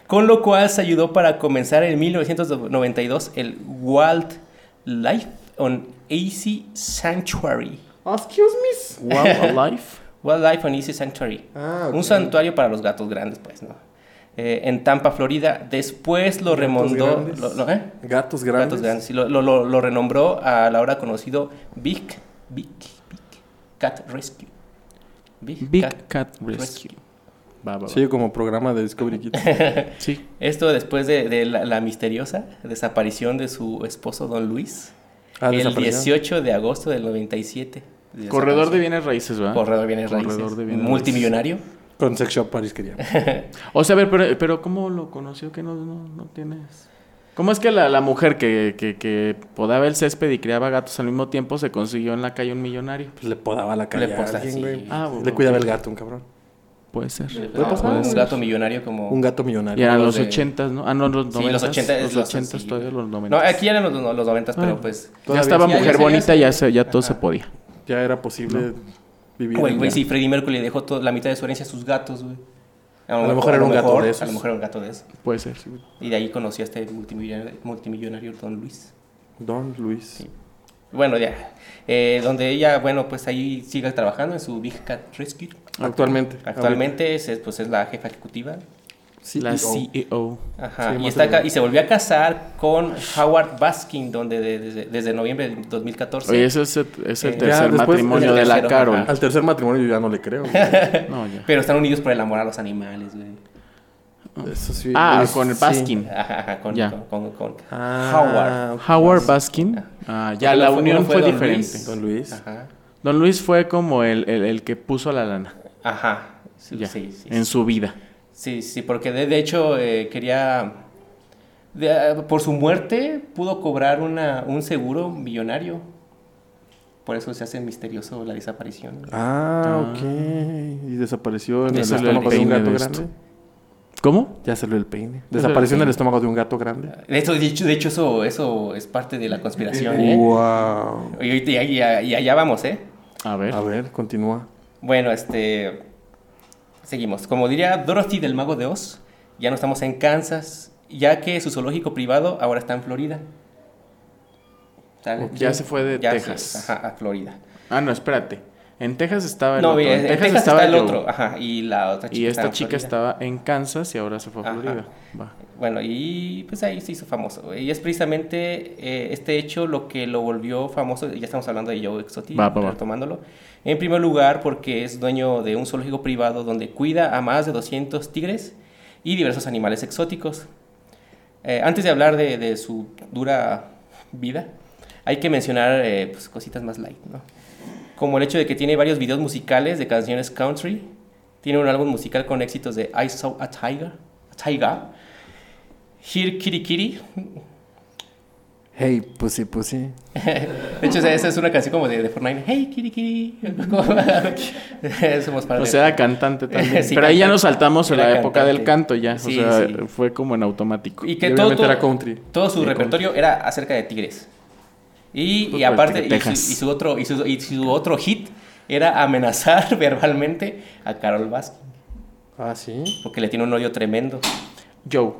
S1: Con lo cual se ayudó para comenzar en 1992 el Wildlife on Easy Sanctuary.
S2: Ah, Excuse me.
S3: Wildlife.
S1: Wildlife on Easy Sanctuary.
S2: Ah, ok.
S1: Un santuario para los gatos grandes, pues, ¿no? Eh, en Tampa, Florida. Después lo
S2: Gatos
S1: remondó.
S2: grandes.
S1: lo- lo- ¿eh?
S2: Gatos grandes.
S1: Gatos grandes. Y lo, lo- lo- lo renombró a la hora conocido Big, Big, Big Cat Rescue. Big,
S3: Big
S1: Cat.
S3: Cat Rescue. Va, va, va.
S2: Sí, como programa de Discovery Kids.
S3: sí.
S1: Esto después de, de la, la misteriosa desaparición de su esposo Don Luis
S2: Ah,
S1: el
S2: desapareció.
S1: 18 de agosto del 97.
S3: Corredor de bienes raíces, ¿verdad?
S1: Corredor de bienes
S3: Corredor
S1: raíces.
S3: de bienes
S1: Multimillonario.
S2: Con Sex Shop Paris quería. Pues
S3: O sea, a ver, pero, pero ¿cómo lo conoció que no, no, no tienes? ¿Cómo es que la, la mujer que, que, que podaba el césped y criaba gatos al mismo tiempo se consiguió en la calle un millonario?
S2: Pues le podaba la calle
S1: Le
S2: a
S1: posa,
S2: alguien,
S1: sí.
S2: güey.
S3: Ah, bueno.
S2: Le cuidaba el gato, un cabrón.
S3: Puede ser.
S2: Puede pasar.
S1: un gato millonario como...
S2: Un gato
S3: Y
S2: millonario.
S3: eran
S1: Los
S3: los
S1: de-
S3: ochentas, ¿no? Ah, no, los
S1: Sí,
S3: noventas.
S1: los 80
S3: Los ochentas todavía, los
S1: No,
S3: noventas.
S1: aquí eran los, no, los 90,
S3: Ah.
S1: pero pues...
S3: ya
S2: Todavía
S3: estaba
S2: sí,
S1: ya,
S3: mujer
S1: ya, ya, ya.
S3: bonita, ya, se- ya todo se podía.
S2: Ya era posible vivir.
S1: Güey,
S2: en-
S1: güey, sí, Freddie Mercury dejó todo- la mitad de su herencia a sus gatos, güey.
S2: A lo mejor era un gato de esos.
S1: A lo mejor era un gato de esos.
S3: Puede ser. sí.
S1: Y de ahí conocí a este multimillonario, multimillonario Don Luis.
S2: Don Luis.
S1: Bueno, ya. Eh, donde ella, bueno, pues ahí sigue trabajando en su Big Cat Rescue.
S2: Actualmente.
S1: Actualmente es, es, pues, es la jefa ejecutiva.
S2: Sí. oh.
S3: La E CEO.
S1: Ajá.
S2: Sí,
S1: y,
S2: más
S1: está
S2: o menos.
S1: ca- y se volvió a casar con Howard Baskin, donde de- desde, desde noviembre del 2014.
S3: Oye, ese es el, es
S1: Eh,
S3: el
S2: ya,
S3: tercer
S2: después-
S3: matrimonio
S1: el
S3: de la
S1: tercero,
S3: Carol.
S1: ajá.
S2: Al tercer matrimonio yo ya no le creo. güey.
S3: No, ya.
S1: Pero están unidos por el amor a los animales, güey.
S2: Eso sí.
S3: Ah,
S2: es-
S3: con el
S2: sí.
S3: Baskin.
S1: Ajá, ajá, con,
S3: Ya.
S1: con- con- con
S2: Ah,
S1: Howard.
S3: Howard Baskin. Ah, ya,
S1: Porque
S3: la
S1: no fue-
S3: unión
S1: no
S3: fue,
S1: fue Don
S3: diferente.
S1: Luis.
S2: Don Luis.
S1: Ajá.
S3: Don Luis fue como el, el- el que puso la lana
S1: Ajá. Sí,
S3: ya,
S1: sí, sí,
S3: en su vida.
S1: Sí, sí, porque de, de hecho eh, quería... de- ah, por su muerte pudo cobrar una, un seguro millonario. Por eso se hace misterioso la desaparición.
S2: Ah, ok. Y desapareció en
S3: Ya
S2: el
S3: salió el
S2: estómago de un
S3: peine
S2: gato
S3: de
S2: grande.
S3: esto. ¿Cómo?
S2: Ya salió el peine.
S3: el
S2: Desapareció en el
S3: peine.
S2: estómago de un gato grande.
S1: De hecho, de hecho, de hecho, eso, eso es parte de la conspiración, ¿eh?
S2: Wow.
S1: Y, ahorita- y- y- y allá vamos, ¿eh?
S3: A ver.
S2: A ver, continúa.
S1: Bueno, este... Seguimos. Como diría Dorothy del Mago de Oz, ya no estamos en Kansas, ya que su zoológico privado ahora está en Florida. ¿Sale?
S3: Ya se fue de
S1: Ya se-
S3: Texas.
S1: ajá, a Florida.
S3: Ah, no, espérate. En Texas estaba el
S1: No,
S3: otro.
S1: mira,
S3: En
S1: en Texas está el
S3: yo.
S1: otro. Ajá, y la otra chica
S3: Y
S1: estaba
S3: esta
S1: en
S3: chica
S1: Florida.
S3: estaba en Kansas y ahora se fue a
S1: Ajá.
S3: Florida. Va.
S1: Bueno, y pues ahí se hizo famoso. güey. Y es precisamente eh, este hecho lo que lo volvió famoso. Ya estamos hablando de Joe Exotic,
S3: Va, va, va.
S1: retomándolo. En primer lugar, porque es dueño de un zoológico privado donde cuida a más de 200 tigres y diversos animales exóticos. Eh, antes de hablar de, de su dura vida, hay que mencionar eh, pues, cositas más light, ¿no? Como el hecho de que tiene varios videos musicales de canciones country. Tiene un álbum musical con éxitos de I Saw a Tiger, a Tiger Here Kitty Kitty,
S2: Hey,
S3: pues
S2: pussy, pussy.
S1: De hecho, o sea, esa es una canción como de, de Fortnite. Hey, kitty, kitty. Somos
S3: O
S1: padres.
S3: sea, cantante también.
S1: Sí,
S3: Pero ahí ya
S1: cantante.
S3: nos saltamos a
S1: Era
S3: la época
S1: cantante.
S3: del canto ya.
S1: Sí,
S3: o sea,
S1: sí.
S3: fue como en automático.
S1: y
S2: y
S1: que todo,
S2: obviamente
S1: todo,
S2: era country.
S1: todo su
S3: Sí,
S1: repertorio era acerca de tigres. Y, y
S3: Puta,
S1: aparte, y su,
S3: Texas.
S1: y su otro, y su, y su otro hit era amenazar verbalmente a Carol Vázquez,
S2: Ah, sí.
S1: porque le tiene un odio tremendo.
S3: Joe.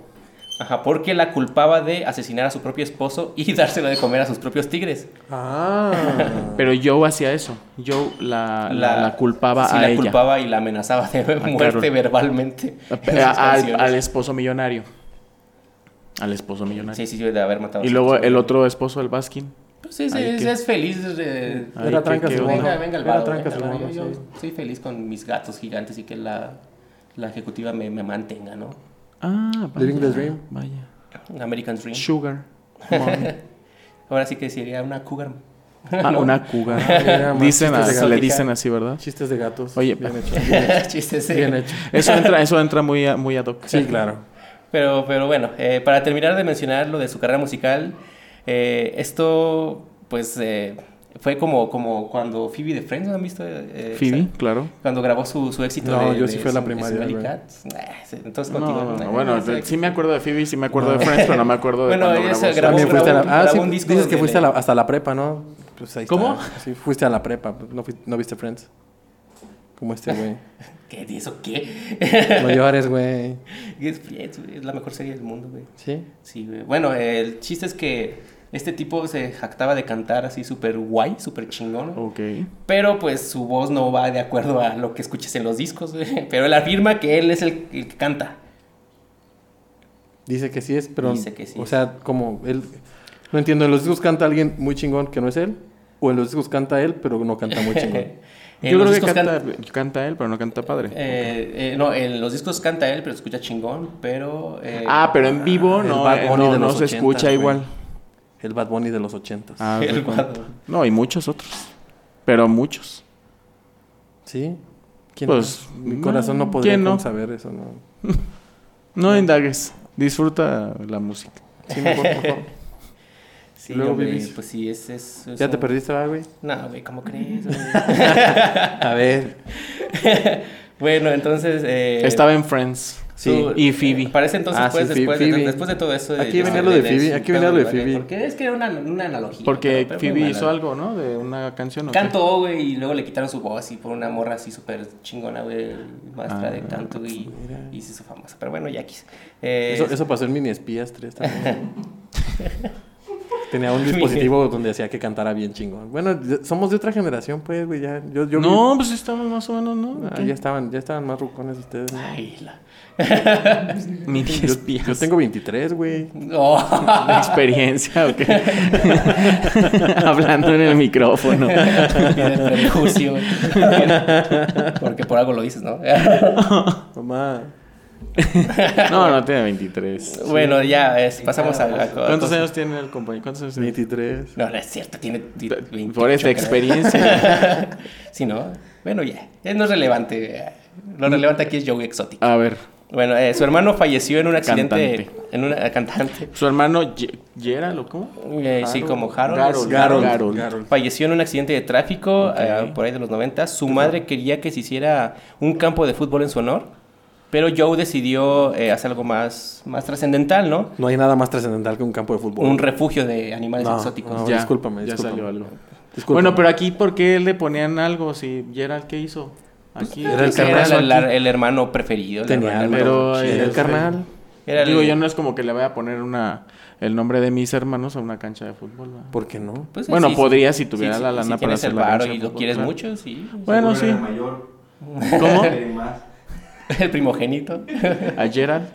S1: Ajá, porque la culpaba de asesinar a su propio esposo y dárselo de comer a sus propios tigres.
S2: Ah.
S3: Pero Joe hacía eso. Joe la, la, Ah, la culpaba
S1: sí,
S3: a
S1: la
S3: ella.
S1: culpaba y la amenazaba de muerte
S3: Carol.
S1: verbalmente. en sus
S3: A- al,
S1: canciones.
S3: al esposo millonario. Al esposo millonario.
S1: Sí, sí, sí, de haber matado. a
S3: y
S1: su
S3: luego
S1: esposo.
S3: el otro esposo, el Baskin.
S1: Pues es,
S3: Ahí
S1: es-
S3: que-
S1: es feliz. de-
S3: Ay,
S2: era
S3: qué-
S2: tranca
S3: qué
S2: su
S3: bueno.
S1: Venga,
S2: mono.
S1: venga el
S2: Era
S1: vado,
S2: tranca su
S1: venga el
S2: mono,
S1: vado. Yo,
S2: sí.
S1: yo soy feliz con mis gatos gigantes y que la, la ejecutiva me, me mantenga, ¿no?
S3: Ah, vaya.
S2: Living the dream.
S3: Vaya.
S1: American Dream.
S3: Sugar. Mom.
S1: Ahora sí que sería una cougar.
S3: Ah, una
S2: mira,
S3: cougar.
S2: más
S3: Dicen
S2: chistes
S3: a-
S2: de
S3: le
S2: gatita.
S3: dicen así, ¿verdad?
S2: Chistes de gatos.
S3: Oye,
S2: bien
S3: pa-
S2: hecho.
S1: Chiste ese.
S2: Bien hecho.
S3: Eso entra, eso entra muy, a- muy ad hoc.
S2: Sí, claro.
S1: Pero, pero bueno, eh, para terminar de mencionar lo de su carrera musical, eh, esto pues eh, fue como, como cuando Phoebe de Friends, ¿no han visto? Eh,
S3: Phoebe,
S1: esa-
S3: claro.
S1: Cuando grabó su, su éxito
S2: No,
S1: de,
S2: yo sí
S1: de
S2: fui a la
S1: su- de su
S2: primaria,
S1: Alley
S2: güey.
S1: Cats. Nah, se- entonces
S3: No,
S1: contigo.
S3: no,
S1: nah,
S3: no, bueno,
S1: sé.
S3: sí me acuerdo de Phoebe, sí me acuerdo de Friends, pero no me acuerdo de
S1: Bueno,
S3: cuando
S1: ella se
S3: grabó su-
S1: grabó-
S2: También fuiste a la...
S1: grabó
S2: Ah,
S1: un
S2: sí,
S1: disco
S2: dices que
S1: de-
S2: fuiste a la- hasta la prepa, ¿no? Pues ahí está.
S1: ¿Cómo?
S2: Sí, fuiste a la prepa. pues, No, fui- no viste Friends. Como este güey.
S1: ¿Qué? ¿De eso qué?
S2: No llores, güey.
S1: Es, es- es la mejor serie del mundo, güey.
S2: ¿Sí?
S1: Sí, güey. Bueno, el chiste es que este tipo se jactaba de cantar así súper guay, súper chingón.
S3: Ok.
S2: Eh,
S1: Pero pues su voz no va de acuerdo a lo que escuches en los discos. güey. Pero él afirma que él es el, el que canta.
S2: Dice que sí es, pero.
S1: Dice que sí
S2: O
S1: es.
S2: sea, como él. No entiendo, en los discos canta alguien muy chingón que no es él. O en los discos canta él, pero no canta muy chingón.
S1: En
S3: Yo
S1: los
S3: creo que
S1: discos
S3: canta,
S1: can-
S3: canta él, pero no canta padre.
S1: eh, eh, no, en los discos canta él, pero escucha chingón, pero... eh,
S3: ah, pero en vivo
S2: el
S3: no,
S2: Bad
S3: eh,
S2: Bunny
S3: no,
S2: de
S3: no
S2: los
S3: se
S2: 80s,
S3: escucha
S2: güey.
S3: igual.
S2: El Bad Bunny de los ochentas.
S3: Ah,
S1: el
S3: güey,
S1: vato.
S3: No, y muchos otros. Pero muchos.
S2: ¿Sí? ¿Quién
S3: Pues,
S2: no? Mi corazón no
S3: no,
S2: podría
S3: ¿quién no?
S2: con saber eso, ¿no?
S3: No indagues. Disfruta la música.
S2: Sí, mejor, por favor.
S1: Sí,
S2: luego
S1: hombre,
S2: vivís.
S1: pues sí, es... es- es
S2: ¿Ya te
S1: un-
S2: perdiste, va, güey?
S1: No, güey, ¿cómo crees? güey?
S2: A ver.
S1: bueno, entonces... eh,
S3: Estaba en Friends.
S1: su-
S3: Y Phoebe.
S1: Parece entonces
S2: Ah,
S1: pues,
S2: sí,
S1: después,
S2: Phoebe.
S1: de, después de todo eso... de-
S2: Aquí venía lo de Phoebe,
S1: su
S2: aquí
S1: pedo
S2: venía lo de
S1: rival,
S2: Phoebe.
S1: Porque es que era una, una analogía.
S3: Porque
S1: pero- pero muy
S3: Phoebe
S1: mala,
S3: hizo
S1: güey.
S3: algo, ¿no? De una canción. ¿o qué?
S1: Cantó, güey, y luego le quitaron su voz y por una morra así súper chingona, güey, maestra de canto y, y se hizo famosa. Pero bueno, ya quis. Eh,
S2: Ah, pues, Eso, eso pasó en Mini Espías 3 también. Tenía un dispositivo donde hacía que cantara bien chingón. Bueno, ya- somos de otra generación, pues, güey. Ya, yo, yo
S3: no, pues estamos más o menos, ¿no?
S2: vi- que ya estaban, ya estaban más rucones ustedes. ¿no?
S1: Ay, la...
S3: Mi
S2: Yo, yo tengo 23, güey.
S1: No.
S3: una experiencia, ¿o qué? Hablando en el micrófono.
S1: Y de prejuicio, güey. Porque por algo lo dices, ¿no?
S2: Mamá.
S3: No, no tiene 23.
S1: bueno, ya, es- pasamos a, a-
S3: Ah, ¿Cuántos años tiene el compañero? ¿Cuántos años tiene?
S2: 23.
S1: No, no es cierto, tiene... di- 28,
S3: Por esta
S1: creo.
S3: experiencia.
S1: Sí, ¿no? Bueno, ya. Eh, No es relevante. eh. Lo relevante aquí es Joey Exotic.
S3: A ver,
S1: Bueno, eh, su hermano falleció en un accidente...
S3: Cantante.
S1: En una... Cantante.
S3: su hermano Ye- Gerald, ¿o cómo?
S1: Eh, sí, como Harold.
S3: Garold.
S2: Garol.
S3: Garol.
S1: Falleció en un accidente de tráfico eh, por ahí de los 90. Su madre quería que se hiciera un campo de fútbol en su honor, pero Joe decidió eh, hacer algo más, más trascendental, ¿no?
S2: No hay nada más trascendental que un campo de fútbol.
S1: Un refugio de animales
S2: No,
S1: exóticos.
S2: no,
S3: Ya,
S2: discúlpame,
S3: ya
S2: discúlpame.
S3: salió algo.
S2: Disculpa.
S3: Bueno, pero aquí, ¿por qué le ponían algo? Si Gerald, ¿qué hizo? Aquí.
S2: Pues Era el
S1: Ese Era
S2: carnal
S1: el,
S2: aquí.
S1: el hermano preferido. el
S2: Tenía
S1: hermano-
S3: Pero,
S2: Pero,
S3: eh,
S2: el
S3: sí.
S2: carnal.
S1: Era el-
S3: Digo, yo no es como que le voy a poner una, el nombre de mis hermanos a una cancha de fútbol. ¿verdad?
S2: ¿Por qué no?
S1: Pues,
S3: bueno,
S1: sí, sí,
S3: podría si
S1: sí,
S3: tuviera
S1: sí,
S3: la
S1: sí,
S3: lana
S1: si
S3: para
S1: tienes
S3: hacer
S1: el
S3: la
S1: varo
S3: cancha
S1: y
S3: de
S1: lo
S3: fútbol,
S1: quieres
S3: claro.
S1: mucho, sí.
S3: Bueno,
S4: Seguro
S3: sí.
S4: era mayor.
S3: ¿Cómo?
S4: Era más.
S1: El primogénito.
S3: A Gerald.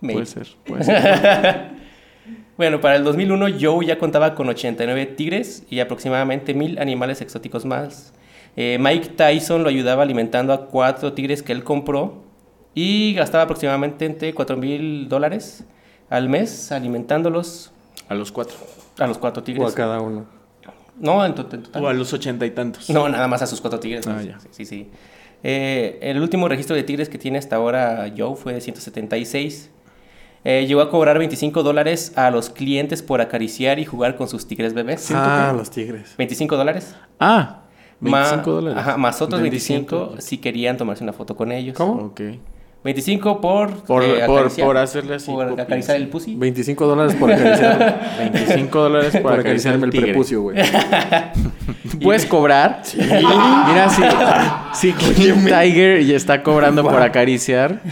S1: Me-
S3: Puede ser, puede ser.
S1: Bueno, para el 2001 Joe ya contaba con 89 tigres y aproximadamente 1000 animales exóticos más. Eh, Mike Tyson lo ayudaba alimentando a cuatro tigres que él compró y gastaba aproximadamente entre 4000 dólares al mes alimentándolos
S3: A los cuatro.
S1: a los cuatro
S2: O
S1: tigres.
S2: a cada uno.
S1: No, en, to- en total.
S3: O a los ochenta y tantos.
S1: No, nada más a sus cuatro tigres.
S3: Ah,
S1: sí,
S3: ya.
S1: Sí, sí. Eh, el último registro de tigres que tiene hasta ahora Joe fue de 176. Eh, llegó a cobrar 25 dólares a los clientes por acariciar y jugar con sus tigres bebés.
S2: Ah, los tigres.
S1: 25 dólares.
S3: Ah, 25
S1: Ma-
S3: dólares.
S1: Ajá, más otros
S3: Entendí
S1: 25
S3: cinco.
S1: si querían tomarse una foto con ellos.
S2: ¿Cómo?
S3: Ok.
S1: 25 por...
S3: Por-
S1: eh,
S3: por-
S1: acariciar-
S3: por hacerle así,
S1: Por
S3: pupis.
S1: acariciar el pussy.
S2: 25 dólares por, acariciar-
S3: 25 dólares
S2: por acariciarme el
S3: tigre.
S2: prepucio, güey.
S3: ¿Puedes cobrar? Mira, si, si King Tiger ya está cobrando por
S2: Wow.
S3: acariciar.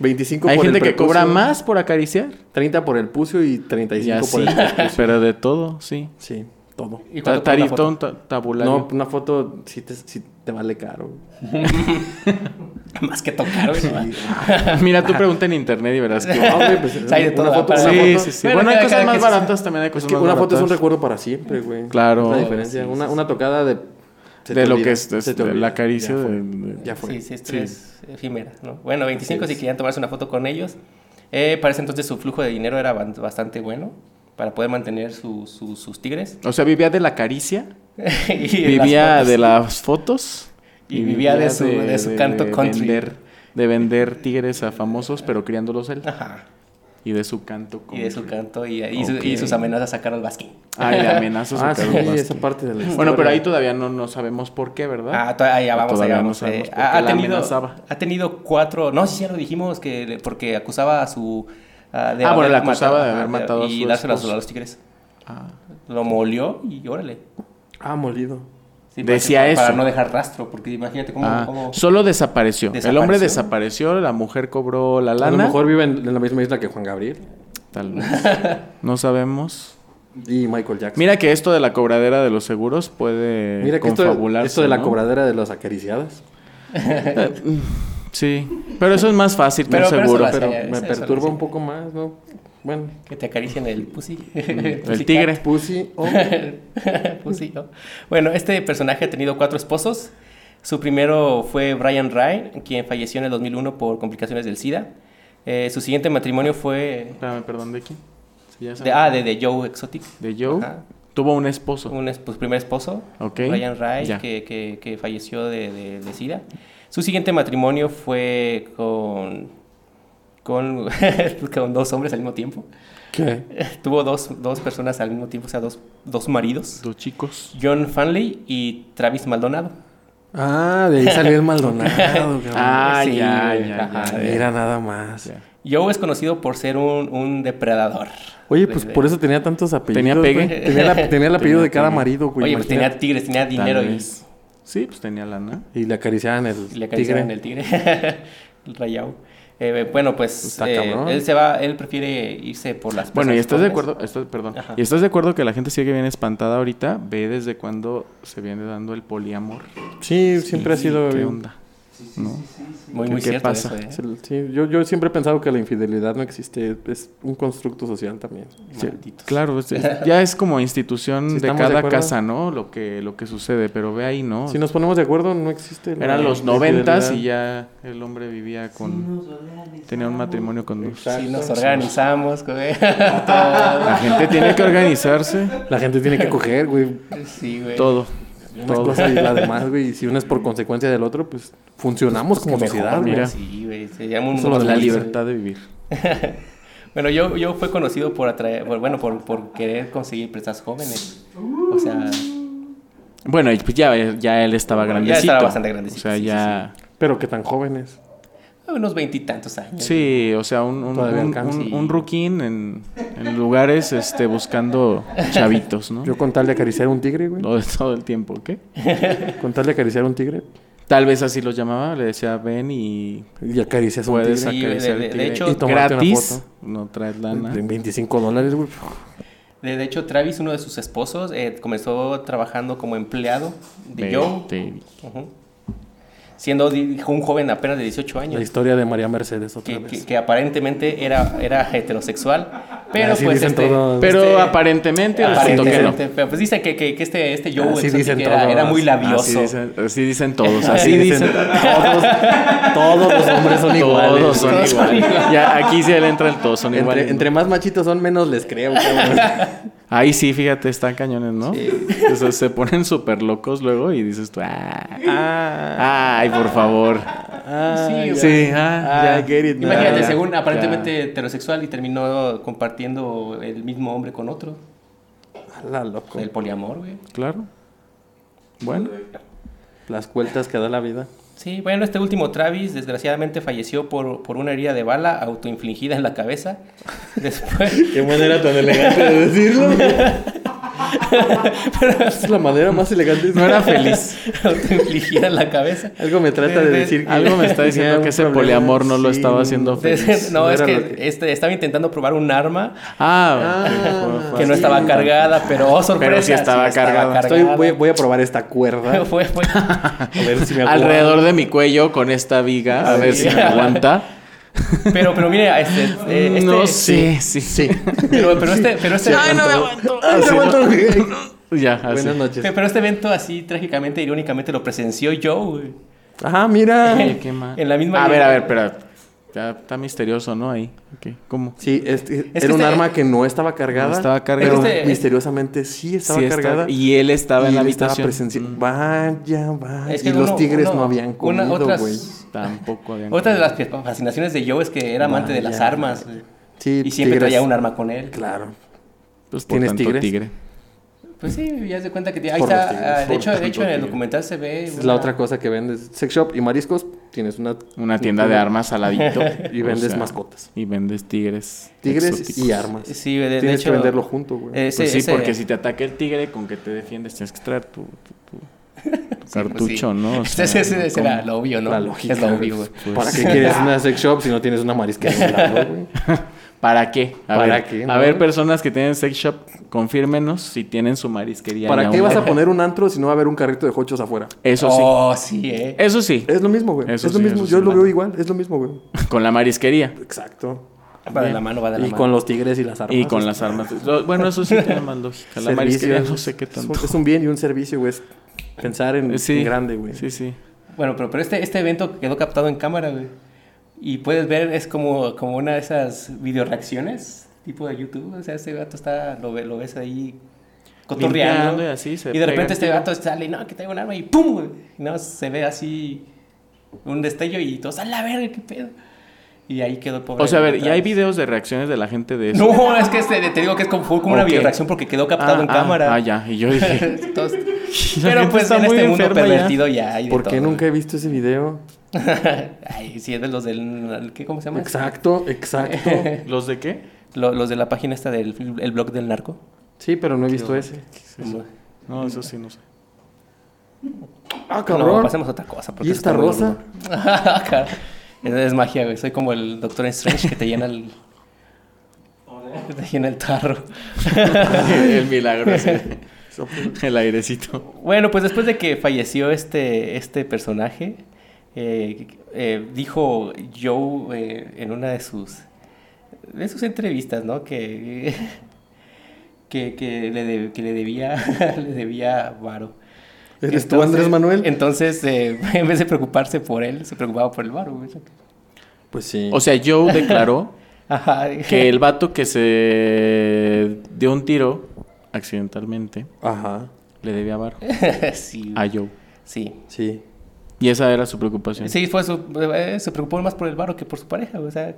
S2: 25
S3: Hay
S2: por el
S3: gente que
S2: prepucio,
S3: cobra más por acariciar.
S2: 30 por el pucio y
S3: Y
S2: 35 por
S3: así,
S2: el prepucio.
S3: pero de todo, sí.
S2: Sí, todo.
S1: ¿Y cuánto por una foto?
S3: Taritón, ta- tabulario.
S2: No, una foto sí te, sí te vale caro.
S1: Más que tocar, güey.
S3: Mira, tú pregunta en internet y verás que...
S2: No, güey, pues,
S1: O sea, hay de
S2: una
S1: todo,
S2: foto-
S1: para
S2: una
S1: la
S2: foto-
S3: Sí,
S1: foto.
S3: sí, sí.
S1: Bueno,
S3: Bueno, hay
S1: cada-
S3: cosas
S1: cada
S3: más
S1: que se-
S3: baratas también, hay
S2: Es
S3: cosas
S2: que
S3: más
S2: una foto es un
S3: baratas.
S2: recuerdo para siempre, güey.
S3: Claro.
S2: Es la diferencia. una, una tocada de. se te
S3: de lo
S2: olvida,
S3: que es,
S2: se
S3: es-
S2: te olvida.
S3: la caricia
S2: Ya fue.
S3: de- de-
S2: Ya fue.
S1: Sí, sí, esto es efímera, ¿no? Bueno, 25 si querían tomarse una foto con ellos. Eh, para ese entonces su flujo de dinero era ban- bastante bueno para poder mantener su- su- sus tigres.
S3: O sea, vivía de la caricia,
S1: Y de las
S3: vivía
S1: fotos.
S3: de las fotos
S1: Y vivía de su- de su canto country.
S3: vender- de vender tigres a famosos, pero criándolos él.
S1: Ajá.
S3: Y de su canto
S1: Y de su
S3: country.
S1: canto y, y su-
S3: Ok.
S1: y sus amenazas a Carol Baskin.
S3: Ah, y de amenazas a
S2: Ah, sí,
S3: Carol Baskin.
S2: esa parte de la historia.
S3: Bueno, pero ahí todavía no, no sabemos por qué, ¿verdad?
S1: Ah, to- ah, ya vamos,
S3: Todavía
S1: ya
S3: no
S1: vamos.
S3: sabemos
S1: eh,
S3: por
S1: ha,
S3: qué
S1: ha
S3: la
S1: tenido,
S3: amenazaba.
S1: ha tenido cuatro. No, sí, ya lo dijimos, que le- porque acusaba a su. ah, de
S3: Ah, bueno,
S1: haber
S3: la acusaba
S1: matado-
S3: de haber
S1: ajá,
S3: matado a
S1: Y
S3: su
S1: dárselo a
S3: esposo.
S1: los tigres.
S3: Ah.
S1: Lo molió y órale.
S2: Ah, molido.
S1: Sí,
S3: Decía
S1: para, Para
S3: eso.
S1: no dejar rastro, porque imagínate cómo.
S3: Ah,
S1: cómo-
S3: solo desapareció. El
S1: ¿Desapareció?
S3: hombre desapareció, la mujer cobró la
S2: A lo
S3: lana.
S2: mejor vive en, en la misma isla que Juan Gabriel
S3: Tal vez. No sabemos.
S2: y Michael Jackson.
S3: Mira que esto de la cobradera de los seguros puede
S2: Mira que esto,
S3: confabularse,
S2: esto de la
S3: ¿no?
S2: cobradera de las acariciadas.
S3: Sí, pero eso es más fácil que
S1: Pero-
S3: un
S1: pero eso
S3: seguro.
S1: lo hace.
S2: Pero
S1: ya,
S2: me
S1: eso lo
S2: perturba
S1: sé.
S2: un poco más, ¿no? Bueno,
S1: Que te acaricien el pussy.
S3: Mm, El tigre.
S2: Pussy oh, o.
S1: Pussy, ¿no? Bueno, este personaje ha tenido cuatro esposos. Su primero fue Brian Ryan, quien falleció en el 2001 por complicaciones del SIDA. Eh, su siguiente matrimonio fue
S3: Espérame, perdón, ¿de quién? Sí, ya
S1: de,
S3: sabes.
S1: ah, de, de Joe Exotic,
S3: De Joe.
S1: Ajá.
S3: Tuvo un esposo.
S1: un es- pues, primer esposo,
S3: Ok,
S1: Brian Ryan,
S3: ya.
S1: que, que- que falleció de, de- de SIDA. Su siguiente matrimonio fue con, con, con dos hombres al mismo tiempo.
S2: ¿Qué?
S1: Tuvo dos, dos personas al mismo tiempo, o sea, dos, dos maridos.
S3: Dos chicos.
S1: John Fanley y Travis Maldonado.
S2: Ah, de ahí salió el Maldonado. cabrón.
S3: Ah,
S1: Sí,
S3: ya,
S1: güey,
S3: ya,
S1: ajá,
S3: ya,
S1: de-
S2: Mira nada más.
S3: Ya.
S1: Joe es conocido por ser un, un depredador.
S2: Oye, pues
S1: De- de-
S2: por eso tenía tantos apellidos.
S3: Tenía pegue.
S2: güey. Tenía, la- tenía el apellido
S3: Tenía
S2: de cada
S3: pegue.
S2: marido, güey.
S1: Oye, pues tenía
S2: imagínate.
S1: tigres, tenía dinero
S3: Tal
S1: y,
S3: vez. Sí, pues tenía lana.
S2: Y le acariciaban el
S1: y le acariciaron
S2: tigre.
S1: el tigre. el rayado. Eh, bueno, pues
S2: Está
S1: eh,
S2: cabrón.
S1: él se va, él prefiere irse por las
S3: Bueno, ¿y
S1: personas
S3: estás de
S1: pobres.
S3: acuerdo? estás- perdón.
S1: Ajá.
S3: ¿Y estás de acuerdo que la gente sigue bien espantada ahorita? Ve desde cuándo se viene dando el poliamor.
S2: Sí, siempre ha
S3: Sí,
S2: sido.
S3: ¿Qué
S2: bien.
S3: onda? ¿No?
S1: Muy,
S3: ¿Qué-
S1: muy
S3: qué
S1: cierto
S3: pasa?
S1: eso, eh.
S2: Sí, sí, yo, yo siempre he pensado que la infidelidad no existe. Es un constructo social también.
S3: Sí,
S1: Malditos.
S3: claro, es- es- ya es como institución
S2: Sí,
S3: de
S2: estamos de
S3: cada
S2: acuerdo.
S3: casa, ¿no? Lo que, lo que sucede, pero ve ahí, ¿no?
S2: Si nos ponemos de acuerdo, no existe. la
S3: Eran los
S2: infidelidad.
S3: noventas y ya el hombre vivía con... Tenía un matrimonio con dos.
S2: Exacto.
S1: Sí, nos organizamos, güey.
S3: La gente tiene que organizarse.
S2: La gente tiene que coger, güey.
S1: sí, güey.
S3: Todo.
S2: Una
S3: Todo.
S2: cosa y la demás, güey. Y si una es por consecuencia del otro, pues funcionamos como
S1: Mejor,
S2: sociedad,
S1: güey,
S2: güey.
S3: mira.
S1: Sí, güey. Se llama un
S2: Eso lo de
S3: La
S2: Sí.
S3: libertad de vivir.
S1: Bueno, yo, yo fue conocido por atraer, por- bueno, por, por querer conseguir presas jóvenes. O sea,
S3: Bueno, y pues ya, ya él estaba
S1: Ya
S3: grandecito.
S1: estaba bastante grandecito,
S3: O sea,
S1: sí, sí,
S3: ya...
S2: Pero que tan jóvenes.
S1: unos veintitantos años.
S3: Sí, o sea, un, un,
S2: Todavía
S3: un-
S2: alcanza.
S3: un- un ruquín en, en lugares este, buscando chavitos, ¿no?
S2: Yo con tal de acariciar un tigre, güey.
S3: Todo, todo el tiempo, ¿qué?
S2: Con tal de acariciar un tigre.
S3: Tal vez así los llamaba, le decía ven y
S2: Y acaricias un
S3: puedes
S2: tigre.
S1: Sí, güey, de-
S3: acariciar
S1: de-
S3: el
S1: de
S3: tigre.
S1: hecho,
S2: Y tomarte una
S3: gratis,
S2: foto.
S3: no traes lana.
S2: En 25 dólares, güey.
S1: De de hecho, Travis, uno de sus esposos, eh, comenzó trabajando como empleado de Joe,
S3: Vete.
S1: ujú, siendo di- un joven apenas de 18
S2: La
S1: años,
S2: historia de María Mercedes otra
S1: que,
S2: vez.
S1: que- que aparentemente era, era heterosexual, pero
S2: Así
S1: pues
S2: dicen
S1: este...
S2: todos.
S3: Pero
S1: este-
S3: aparentemente resultó que no.
S1: aparentemente, pero pues dice que, que- que este, este Joe
S2: Así
S1: exótico
S2: dicen
S1: era,
S2: todos.
S1: era muy
S3: Así
S1: labioso.
S3: dicen, así dicen todos, así dicen.
S2: todos, todos los hombres son iguales.
S3: Todos son
S1: Todos son
S3: iguales. Ya aquí se le entra el todos son iguales.
S2: Entre,
S3: ¿no?
S2: entre más machitos son, menos les creo, cabrón.
S3: Ahí sí, fíjate, están cañones, ¿no? O sea, se ponen súper locos luego y dices tú, ah, ay, "Ah, por favor. Ah,
S1: Sí,
S3: ya.
S1: güey.
S3: sí, ah, Ah, ya, get it. now.
S1: Imagínate,
S3: Ya,
S1: según
S3: ya.
S1: aparentemente heterosexual y terminó compartiendo el mismo hombre con otro.
S2: Ala, loco.
S1: El poliamor, güey.
S3: Claro. Bueno.
S2: Las vueltas que da la vida.
S1: Sí, bueno, este último Travis desgraciadamente falleció por, por una herida de bala autoinfligida en la cabeza. Después,
S3: Qué manera tan elegante de decirlo.
S2: Es la manera más elegante.
S3: No era feliz.
S1: autoinfligida en la cabeza.
S2: Algo me trata de
S1: Eh,
S2: decir que...
S3: Algo me está diciendo
S2: tenía
S3: que
S2: un
S3: ese
S2: problema.
S3: poliamor no lo
S2: Sí.
S3: estaba haciendo feliz.
S1: no,
S2: no
S1: es
S2: era
S1: que,
S2: lo que-
S1: este, estaba intentando probar un arma
S3: Ah,
S2: Pues
S1: que no
S3: sí.
S1: estaba cargada, pero oh, sorpresa.
S3: Pero sí estaba cargada.
S2: Estoy- voy, voy a probar esta cuerda.
S1: Fue- fue-
S2: A ver si me aguanta.
S3: Alrededor de mi cuello con esta viga, a ver si me aguanta.
S1: Pero, pero mire, este, eh, este-
S3: no sé, sí, sí.
S1: Pero, pero este, pero este,
S3: Ay, no me aguanto. Ay, Ah, no Ah, me aguanto. Ya, así.
S2: Ah, Buenas noches.
S1: pero este evento así trágicamente, irónicamente lo presenció yo, güey.
S2: Ajá, mira.
S3: Ay, qué mal.
S1: En la misma
S3: A ver,
S1: línea.
S3: a ver, espera. Ya está misterioso, ¿no? Ahí. Ok, ¿Cómo?
S2: Sí, este-
S1: que
S2: era un
S1: este-
S2: arma que no estaba cargada.
S3: No estaba cargada.
S2: Pero
S1: Este-
S2: misteriosamente sí estaba
S3: Sí está-
S2: cargada.
S3: Y él estaba
S2: Y
S3: en la
S2: él estaba
S3: habitación.
S2: presenci-
S3: Mm,
S2: Vaya, vaya.
S1: Es que
S2: y los
S1: uno-
S2: tigres
S1: uno-
S2: no habían
S1: una-
S2: comido,
S1: otras-
S2: güey.
S3: Tampoco había.
S1: Otra de las que- fascinaciones de Joe es que era amante de las
S2: Vaya.
S1: armas. güey.
S2: Sí,
S1: Y siempre
S2: Ah, tigres.
S1: traía un arma con él.
S2: Claro.
S3: Pues por
S2: ¿Tienes
S3: tanto,
S2: tigres?
S3: tigre.
S1: Pues sí, ya se cuenta que tiene- ahí
S2: Por
S1: está.
S2: los tigres,
S1: ah, de
S2: por
S1: hecho, de
S2: tanto
S1: hecho en el
S2: tigre.
S1: documental se ve.
S2: Esa es la otra cosa que vendes. Sex shop y mariscos, tienes una...
S3: Una tienda de armas al ladito.
S2: Y
S3: O
S2: vendes
S3: sea,
S2: mascotas.
S3: Y vendes tigres.
S2: Tigres
S3: exóticos.
S2: y armas.
S1: Sí, de, de
S2: tienes
S1: hecho. eh,
S2: que venderlo junto, güey.
S1: ese-
S3: Pues sí,
S1: ese-
S3: porque si te ataca el tigre, ¿con que te defiendes? Tienes que traer tu, tu- tu- tu
S1: pues
S3: cartucho,
S1: sí.
S3: ¿no? O
S1: Ese-
S3: sea,
S1: ese- ese
S3: ¿cómo? Pues,
S1: era lo obvio, ¿no?
S2: La lógica.
S1: Es lo obvio, güey.
S2: güey. ¿Para qué quieres una sex shop si no tienes una marisquería? al lado, güey?
S3: ¿Para qué? A
S2: ¿Para
S3: ver,
S2: qué,
S3: A
S2: no?
S3: ver, personas que tienen sex shop, confírmenos si tienen su marisquería. en
S2: ¿Para
S3: la
S2: qué
S3: una.
S2: vas a poner un antro si no va a haber un carrito de hochos afuera?
S3: Eso sí.
S1: Oh, sí, eh.
S3: Eso sí.
S2: Es lo mismo, güey. Es
S3: Eso
S2: lo
S3: sí,
S2: mismo.
S3: eso
S2: Yo
S3: sí.
S2: lo veo igual. Es lo mismo, güey.
S3: Con la marisquería.
S2: Exacto.
S1: Va de la mano, va de la
S2: Y
S1: mano.
S2: con los tigres y las armas.
S3: Y con las armas. Lo- Bueno, eso sí tiene más lógica. La
S2: Servicios.
S3: marisquería no sé qué
S2: Este Es un-
S3: tanto.
S2: Es un, bien y un servicio, güey. Es Pensar en,
S3: Sí.
S2: en grande, güey.
S3: Sí, sí.
S1: Bueno, pero, pero este, este evento quedó captado en cámara, güey. Y puedes ver, es como, como una de esas videoreacciones, tipo de YouTube. O sea, este gato está, lo, ve- lo ves ahí cotorreando.
S3: Limpiando y así se
S1: Y de repente
S3: pega.
S1: este gato sale, no, que traigo un arma y ¡pum! güey. Y no, se ve así un destello y todos, ¡a la verga, qué pedo! Y ahí quedó el pobre.
S3: O sea, a ver, ¿y
S1: gato.
S3: hay videos de reacciones de la gente de eso?
S1: No, es que este, te digo que es como, fue como una
S3: Ok.
S1: videoreacción porque quedó captado
S3: Ah,
S1: en
S3: ah,
S1: cámara.
S3: Ah, ya. Y yo dije.
S1: Entonces,
S3: La
S1: pero
S3: gente
S1: pues
S3: está
S1: en
S3: muy
S1: este mundo
S3: enferma ya.
S1: pervertido ya, hay de
S2: ¿Por qué
S1: todo,
S2: nunca he visto ese video?
S1: Ay, sí, es de los del. ¿qué, ¿Cómo se llama?
S2: Exacto, exacto.
S3: ¿Los de qué?
S1: Lo- los de la página esta del el blog del narco.
S2: Sí, pero no he visto ese.
S3: No, eso sí, no sé.
S2: Ah,
S1: No,
S2: cabrón.
S1: pasemos a otra cosa. porque
S2: ¿Y
S1: eso
S2: esta
S1: está muy
S2: rosa?
S1: gordo. Car- es, es magia, güey. Soy como el Doctor Strange que te llena el. te llena el tarro.
S3: El milagro, sí. El airecito.
S1: Bueno, pues después de que falleció este, este personaje, eh, eh, dijo Joe eh, en una de sus, de sus entrevistas, ¿no? Que, que, que le, de- que le debía le debía varo.
S2: ¿Eres tú, Andrés Manuel?
S1: Entonces, eh, en vez de preocuparse por él, se preocupaba por el varo. güey.
S2: Pues sí.
S3: O sea, Joe declaró
S1: Ajá.
S3: que el vato que se dio un tiro accidentalmente
S2: Ajá.
S3: le debía varo
S1: sí,
S3: a Joe.
S1: sí.
S2: Sí.
S3: Y esa era su preocupación.
S1: Sí, fue su- eh, se preocupó más por el varo que por su pareja. güey, O sea,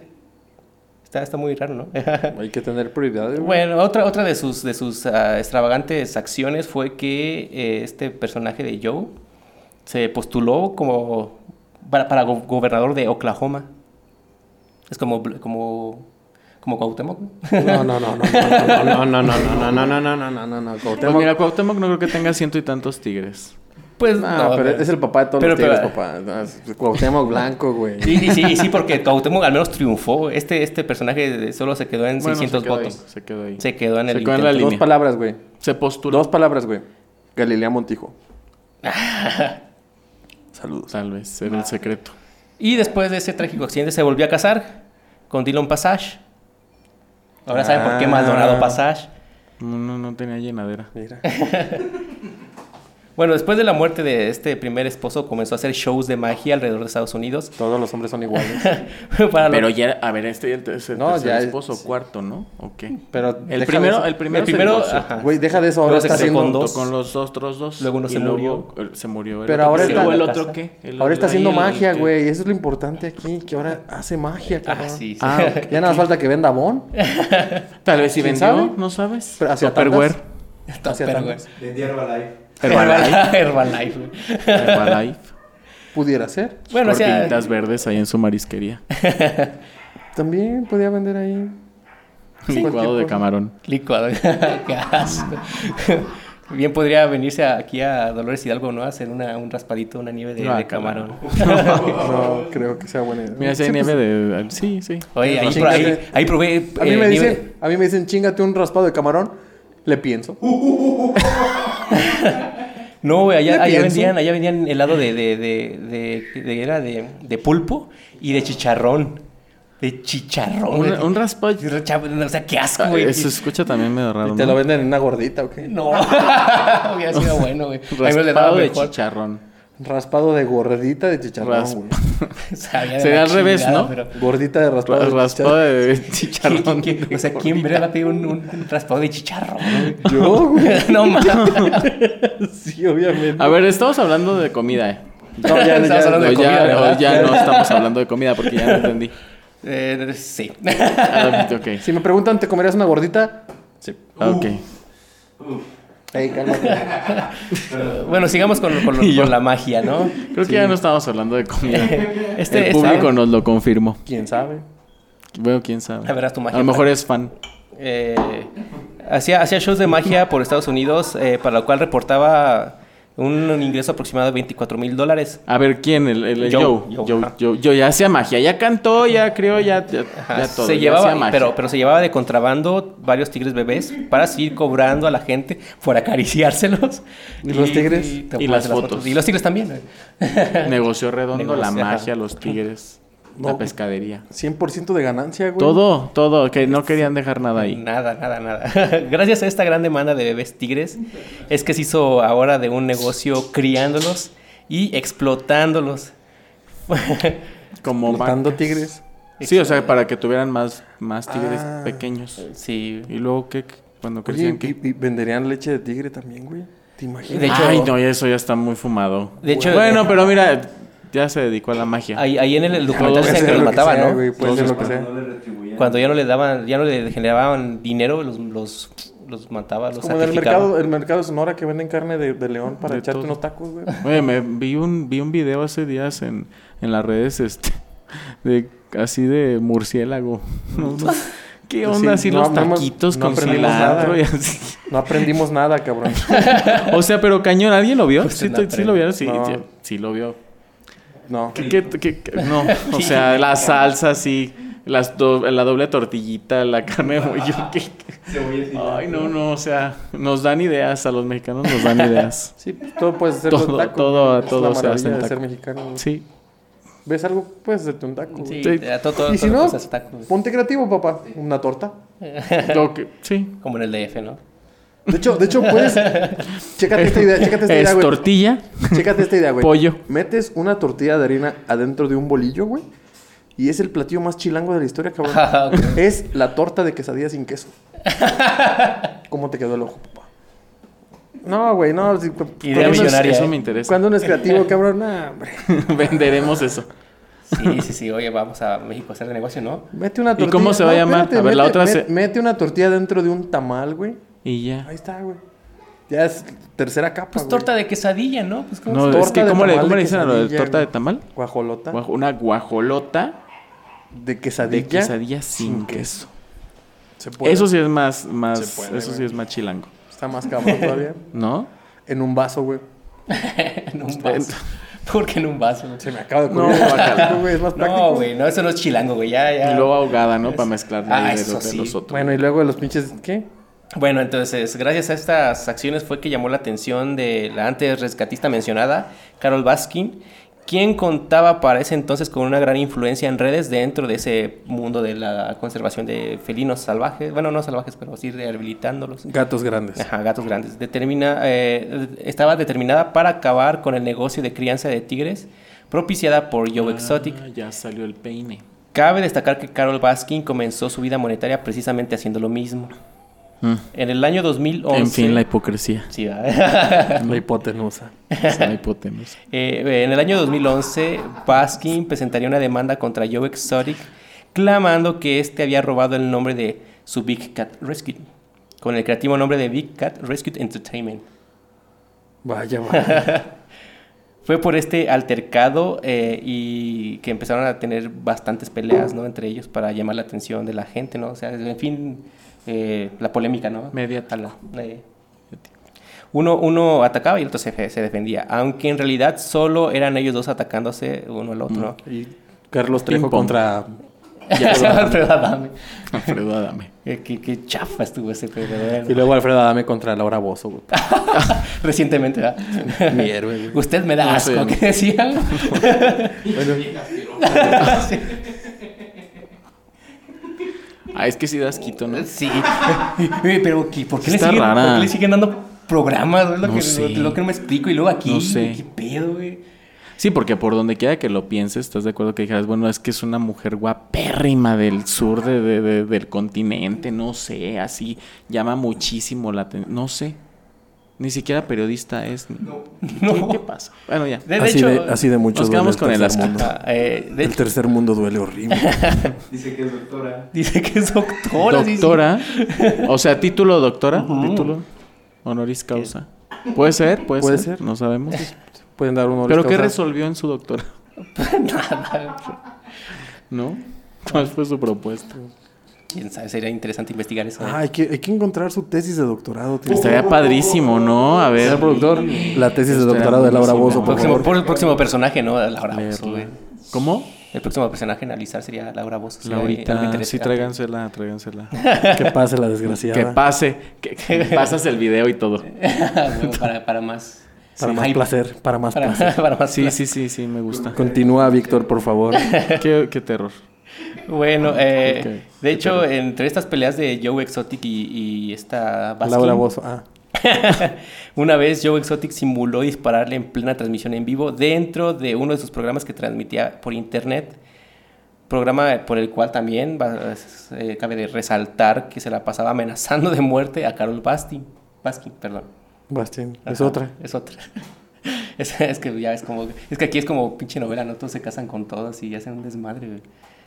S1: está, está muy raro, ¿no?
S2: Hay que tener prioridades, güey.
S1: Bueno, otra, otra de sus, de sus ah, extravagantes acciones fue que eh, este personaje de Joe se postuló como para, para go- gobernador de Oklahoma. Es como, bl- como, como Cuauhtémoc. ¿no?
S2: No, no, no, no, no, no, no, no, no, no, no, no, no, no, no, no, no,
S3: Pues
S2: Cuauhtémoc-
S3: mira, Cuauhtémoc no creo que tenga ciento y tantos tigres.
S1: Pues
S2: Ah,
S1: no,
S2: pero es el papá de todos
S1: pero-
S2: los tigres,
S1: pero-
S2: papá. No, es Cuauhtémoc Blanco, güey.
S1: Sí, sí, sí, sí, porque Cuauhtémoc al menos triunfó. Este, este personaje de- solo se quedó en
S3: Bueno,
S1: 600
S3: se quedó
S1: votos.
S3: ahí, se quedó ahí. Se,
S1: Se quedó en
S3: Se
S1: el
S3: quedó en la
S1: intento.
S3: línea.
S2: Dos palabras, güey.
S3: postuló.
S2: Dos palabras, güey. Galilea Montijo. Saludos.
S3: Tal vez,
S1: Ah.
S3: era el secreto.
S1: Y después de ese trágico accidente se volvió a casar con Dylan Passage. Ahora saben por qué Maldonado
S2: Ah.
S1: Passage.
S3: No, no, no tenía llenadera.
S2: Mira.
S1: Bueno, después de la muerte de este primer esposo, comenzó a hacer shows de magia alrededor de Estados Unidos.
S5: Todos los hombres son iguales.
S1: Para lo-
S3: Pero ya, a ver, este ya es el
S5: No,
S3: tercer
S5: ya es-
S3: esposo, cuarto, ¿no? ¿O qué?
S5: Pero deja
S3: El
S5: de
S3: primero,
S5: eso.
S3: el primero,
S1: El primero,
S3: se divorció.
S1: ajá.
S5: Güey, deja de eso. Ahora
S1: Pero se
S5: está
S1: casó
S5: haciendo...
S1: con
S3: Junto
S1: dos.
S3: con los otros dos.
S1: Luego uno
S3: y
S1: se
S3: eh, Se murió. el
S5: Pero
S3: otro.
S5: ahora
S3: Y
S5: está-
S3: luego el
S1: la
S3: otro
S1: casa.
S3: qué? El-
S5: Ahora está
S3: el-
S5: haciendo
S3: el-
S5: magia,
S3: el-
S5: güey. Eso es lo importante aquí, que ahora hace magia, cabrón.
S1: Ah, sí, sí.
S5: Ah, ok. ya nada más falta que venda Bon.
S3: Tal vez si
S5: ¿Quién
S3: vendió,
S5: sabe?
S3: no sabes.
S5: Pero hacia tantas.
S3: Tupperware.
S5: Hacia
S1: Pero,
S5: tantas.
S1: güey.
S4: De Herbalife.
S1: Herbalife. Herbalife, güey.
S3: Herbalife.
S5: Pudiera ser.
S1: Bueno, o sea,
S3: Cortinitas verdes ahí en su marisquería.
S5: También podía vender ahí.
S3: Licuado de
S5: cosa.
S3: camarón.
S1: licuado. Qué asco. Bien podría venirse aquí a Dolores Hidalgo, ¿no? A hacer una, un raspadito, una nieve de,
S3: No,
S1: de
S3: camarón.
S1: camarón.
S5: No, creo que sea buena idea.
S3: Mira, si hay
S5: Sí, pues.
S3: nieve de... Sí, sí.
S1: Oye, ahí,
S5: Chingate.
S1: ahí- ahí probé.
S5: pues, A mí,
S1: eh,
S5: me
S1: nieve-
S5: dicen, a mí me dicen, chingate un raspado de camarón. Le pienso.
S1: No, güey, allá,
S5: ¿Le
S1: allá
S5: pienso?
S1: vendían, allá vendían helado de, de, de, de, de- era de, de pulpo y de chicharrón. De chicharrón.
S3: Un, un raspado.
S1: O sea, qué asco,
S3: Ah,
S1: güey.
S3: Eso escucha también medio raro,
S5: Y te lo
S3: ¿no?
S5: venden en una gordita, ¿ok?
S1: No, hubiera sido bueno, güey. A mí me le daba
S3: Raspado de
S1: mejor.
S3: chicharrón.
S5: Raspado de gordita de chicharrón,
S3: Rasp-
S5: güey.
S1: Sabía de
S3: Sería
S1: la
S3: al revés,
S1: chingada,
S3: ¿no?
S1: pero-
S5: Gordita de raspado de
S3: Raspado de
S1: ¿Quién-
S3: chicharrón.
S1: quién- quién- O sea, ¿quién verá la pide un, un raspado de chicharrón? güey?
S5: chicharrón. Yo, güey.
S1: no mames.
S5: Sí, obviamente.
S3: A ver, estamos hablando de comida, eh.
S5: No, ya, ya,
S1: Estamos
S5: ya,
S1: Ah, hablando
S3: O
S1: de
S3: ya,
S1: comida, ¿verdad?
S3: o ya no estamos hablando de comida porque ya no entendí.
S1: Eh, sí.
S3: Ah, ok.
S5: Si me preguntan, ¿te comerías una gordita? Sí.
S3: Ok.
S1: Uh,
S4: Uf,
S5: Ey, cálmate.
S4: perdón.
S1: bueno, sigamos con, con-
S3: Y yo.
S1: con la magia, ¿no?
S3: Creo que ya no estamos hablando de comida.
S1: Este
S3: El
S1: es-
S3: público nos lo confirmó.
S5: ¿Quién sabe?
S3: Bueno, quién sabe.
S1: Ya verás tu magia.
S3: A lo mejor es fan.
S1: Eh, hacía, hacía shows de magia por Estados Unidos, eh, para lo cual reportaba un, un ingreso aproximado de 24 mil dólares.
S3: A ver, ¿quién? El, el- el
S1: Joe,
S3: Joe. Joe,
S1: Joe,
S3: Joe,
S1: ajá.
S3: Joe ya hacía magia. Ya cantó, ya creó, ya, ya,
S1: Ajá,
S3: ya todo.
S1: se
S3: ya
S1: llevaba,
S3: hacía magia.
S1: pero, pero se llevaba de contrabando varios tigres bebés para seguir cobrando a la gente por acariciárselos.
S5: ¿Y los tigres?
S1: te
S3: Y
S1: pones
S3: las
S1: en
S3: fotos.
S1: Y los tigres también.
S3: Negocio redondo, la
S1: Negocio, ajá.
S3: magia, los tigres,
S5: No.
S3: la pescadería.
S5: 100% de ganancia, güey.
S3: Todo, todo. Que no querían dejar nada ahí.
S1: Nada, nada, nada. Gracias a esta gran demanda de bebés tigres, es que se hizo ahora de un negocio criándolos y explotándolos.
S3: Como
S5: Matando
S3: vacas.
S5: tigres.
S3: Sí, o sea, para que tuvieran más, más tigres
S5: Ah.
S3: pequeños.
S1: sí.
S3: Y luego, ¿qué? Cuando
S5: Oye,
S3: crecían,
S5: y,
S3: ¿qué?
S5: y venderían leche de tigre también, güey. ¿Te imaginas?
S1: De hecho-
S3: Ay, no, eso ya está muy fumado.
S1: De hecho-
S5: eh,
S3: bueno, pero mira, ya se dedicó a la magia.
S1: Ahí, ahí en el, el documental
S3: Puede
S1: dicen
S3: ser
S1: que los
S3: lo Pues que
S1: mataban,
S5: sea,
S1: ¿no?
S5: güey, puede
S3: Todos
S5: ser
S3: los
S5: lo que sea.
S4: No le retribuían.
S1: Cuando ya no le daban, ya no le generaban dinero, los, los, los mataba, los
S5: Como en el
S1: sacrificaba.
S5: mercado, el mercado de Sonora que venden carne de, de león para
S3: De
S5: echarte
S3: todo.
S5: unos tacos, güey.
S3: Oye, me vi un, vi un video hace días en, en las redes, este, de así de murciélago. No, no. ¿Qué
S5: Pues
S3: onda?
S5: sí,
S3: así
S5: no,
S3: los
S5: no hemos-
S3: taquitos
S5: no
S3: con
S5: aprendimos nada.
S3: cilantro y así.
S5: No aprendimos nada, cabrón.
S3: O sea, pero cañón, ¿alguien lo vio?
S1: Pues
S3: sí,
S1: no
S3: te- sí lo vieron, sí,
S5: No.
S3: sí, sí lo vio.
S5: No.
S3: ¿Qué- qué- qué- qué? No, o sea, la salsa, sí, las do- la doble tortillita, la carne yo, ¿qué- qué?
S4: Cebolla sin
S3: Ay,
S4: nada.
S3: no, no, o sea, nos dan ideas, a los mexicanos nos dan ideas.
S5: Sí, pues, todo puede ser
S3: Todo-
S5: un taco.
S3: todo-
S5: güey. Es
S3: todo
S5: la
S3: se hace en
S5: maravilla de
S3: taco.
S5: ser mexicano. güey.
S3: Sí.
S5: ¿Ves algo? Puedes hacerte un taco. güey.
S1: Sí,
S3: Sí.
S1: te- a todo- todo-
S5: Y si
S1: todo
S5: no,
S1: cosas tacos.
S5: ponte creativo, papá. Una torta.
S3: Lo que- sí.
S1: como en el DF, ¿no?
S5: De hecho, de hecho, puedes. chécate esta idea, chécate esta
S3: es
S5: idea, güey.
S3: tortilla.
S5: Chécate esta idea, güey.
S3: Pollo.
S5: Metes una tortilla de harina adentro de un bolillo, güey. Y es el platillo más chilango de la historia, cabrón.
S1: Ah, ok.
S5: es la torta de quesadilla sin queso. ¿Cómo te quedó el ojo, papá? No, güey, no. si- pues, cu-
S1: Idea
S5: cuando uno es-
S1: millonaria,
S3: Eso
S1: ¿eh?
S3: me interesa.
S5: Cuando uno es creativo, cabrón, nah, hombre.
S3: Venderemos eso.
S1: Sí, sí, sí, oye, vamos a México a hacer negocio, ¿no?
S5: Mete una
S3: ¿Y
S5: tortilla.
S3: cómo se va a llamar? A ver, la otra
S5: mete,
S3: se-
S5: met- Mete una tortilla dentro de un tamal, güey.
S3: Y ya.
S5: Ahí está, güey. Ya es tercera capa,
S1: Pues
S5: güey.
S1: torta de quesadilla, ¿no? Pues ¿cómo
S3: No,
S1: se-
S3: es
S5: torta
S3: que,
S5: de
S3: ¿cómo le,
S5: tamal
S3: cómo
S5: de
S3: le dicen a lo de
S5: quesadilla,
S3: torta de
S5: güey.
S3: tamal?
S5: Guajolota.
S3: Guaj- Una guajolota
S5: de
S3: de
S5: quesadilla.
S3: quesadilla sin queso.
S5: Se puede.
S3: Eso sí es más, más,
S5: Se puede,
S3: eso sí
S5: güey.
S3: es más chilango,
S5: Está más cabrón todavía.
S3: ¿no?
S5: En un vaso, güey.
S1: en un vaso. ¿Por qué en un vaso?
S5: Se me acaba de
S3: No,
S5: ocurrir. Es más
S3: guacala.
S5: práctico, güey. Es más práctico.
S1: No, güey, no, eso no es chilango, güey, ya, ya.
S3: Y luego ahogada, ¿no? Para mezclar
S1: Ah,
S3: ahí de,
S1: eso
S3: los- de
S1: sí.
S3: los otros.
S5: Bueno, y luego de los pinches, ¿qué?
S1: Bueno, entonces, gracias a estas acciones fue que llamó la atención de la antes rescatista mencionada, Carol Baskin, ¿Quién contaba para ese entonces con una gran influencia en redes dentro de ese mundo de la conservación de felinos salvajes? Bueno, no salvajes, pero sí rehabilitándolos.
S2: Gatos grandes.
S1: pues, Ajá, gatos grandes. Determina, eh, estaba determinada para acabar con el negocio de crianza de tigres propiciada por Joe Exotic.
S3: Ah, ya salió el peine.
S1: Cabe destacar que Carol Baskin comenzó su vida monetaria precisamente haciendo lo mismo. En el año 2011...
S3: Mm. En fin, la hipocresía.
S1: Sí, ¿verdad?
S2: La hipotenusa.
S3: Es la hipotenusa.
S1: Eh, en el año 2011, Baskin presentaría una demanda contra Joe Exotic, clamando que este había robado el nombre de su Big Cat Rescue, con el creativo nombre de Big Cat Rescue Entertainment.
S2: Vaya, vaya.
S1: Fue por este altercado eh, y que empezaron a tener bastantes peleas, ¿no? Entre ellos para llamar la atención de la gente, ¿no? O sea, en fin, eh, la polémica, ¿no?
S3: Mediático.
S1: A la- eh. Uno, uno atacaba y el otro se, fe- se defendía, aunque en realidad solo eran ellos dos atacándose uno al otro, ¿no?
S3: Mm.
S2: Y Carlos Trejo
S3: Ping pong.
S2: contra.
S1: Ya se llama Alfredo Adame.
S3: Alfredo Adame.
S1: Qué, qué- qué chafa estuvo ese pero bueno.
S2: Y luego Alfredo Adame contra Laura Bozo. güey.
S3: Ah,
S1: Recientemente, ¿verdad?
S2: Mi héroe, güey.
S1: Usted me da
S3: No,
S1: asco,
S3: soy
S1: ¿qué decía? Sí.
S3: Ah, es que sí das quito, ¿no?
S1: Sí. Oye, Pero, ¿qué- ¿por qué, le
S3: Está
S1: siguen,
S3: rara.
S1: por qué le siguen dando programas? Es lo,
S3: No
S1: que,
S3: sé.
S1: lo, lo que no me explico. Y luego aquí,
S3: No sé.
S1: ¿qué pedo, güey?
S3: Sí, porque por donde quiera que lo pienses, ¿estás de acuerdo que dijeras, bueno, es que es una mujer guapérrima del sur de, de- de- del continente, no sé, así llama muchísimo la atención, no sé. Ni siquiera periodista es. No.
S1: No.
S3: ¿Qué pasa? Bueno, ya.
S1: De, de
S2: así,
S1: hecho,
S2: de, así de mucho.
S3: nos quedamos con
S2: duele
S3: el asco.
S2: tercer mundo.
S1: ah, eh, de
S2: El
S1: hecho,
S2: tercer mundo duele horrible.
S4: Dice que es doctora.
S1: dice que es doctora. dice.
S3: Doctora. O sea, título doctora.
S1: Ujú.
S3: Título. Honoris causa. Puede ser, puede,
S2: Puede
S3: ser.
S2: ser.
S3: No sabemos.
S2: Pueden dar uno
S3: Pero ¿qué resolvió en su doctora? ¿No? ¿Cuál fue su propuesta?
S1: Quién sabe, sería interesante investigar eso. ¿eh?
S2: Ah, hay, que, hay que encontrar su tesis de doctorado. tío.
S3: Estaría padrísimo, ¿no? A ver, productor.
S2: La tesis de
S3: Estaría
S2: doctorado de Laura
S3: buenísimo.
S2: Bozo, por
S1: próximo,
S2: favor.
S1: por- próximo personaje, ¿no? Laura Bozo,
S3: Leerla.
S1: güey.
S3: ¿Cómo?
S1: El próximo personaje a analizar sería Laura Bozo. sería algo
S3: Laurita, sí,
S1: interesante.
S3: tráigansela, tráigansela.
S2: Que pase la desgraciada.
S3: que pase. Que, que pasas el video y todo.
S1: Bueno, para, para más.
S2: Para
S1: sí,
S2: más
S1: hype.
S2: placer, para más
S1: Para,
S2: placer.
S1: para más
S3: Sí,
S1: placer.
S3: sí, sí, sí, me gusta.
S2: Continúa, Víctor, por favor.
S3: Qué, qué terror.
S1: Bueno, eh,
S3: Ok.
S1: de hecho, entre estas peleas de Joe Exotic y, y esta Baskin,
S2: Laura Bozo. Ah,
S1: una vez Joe Exotic simuló dispararle en plena transmisión en vivo dentro de uno de sus programas que transmitía por internet. Programa por el cual también va- eh, cabe de resaltar que se la pasaba amenazando de muerte a Carol Baskin. Baskin, perdón.
S2: Bastín. Es
S1: Ajá,
S2: otra.
S1: Es otra. Es, es que ya es como. Es que aquí es como pinche novela, ¿no? Todos se casan con todos y hacen un desmadre, güey.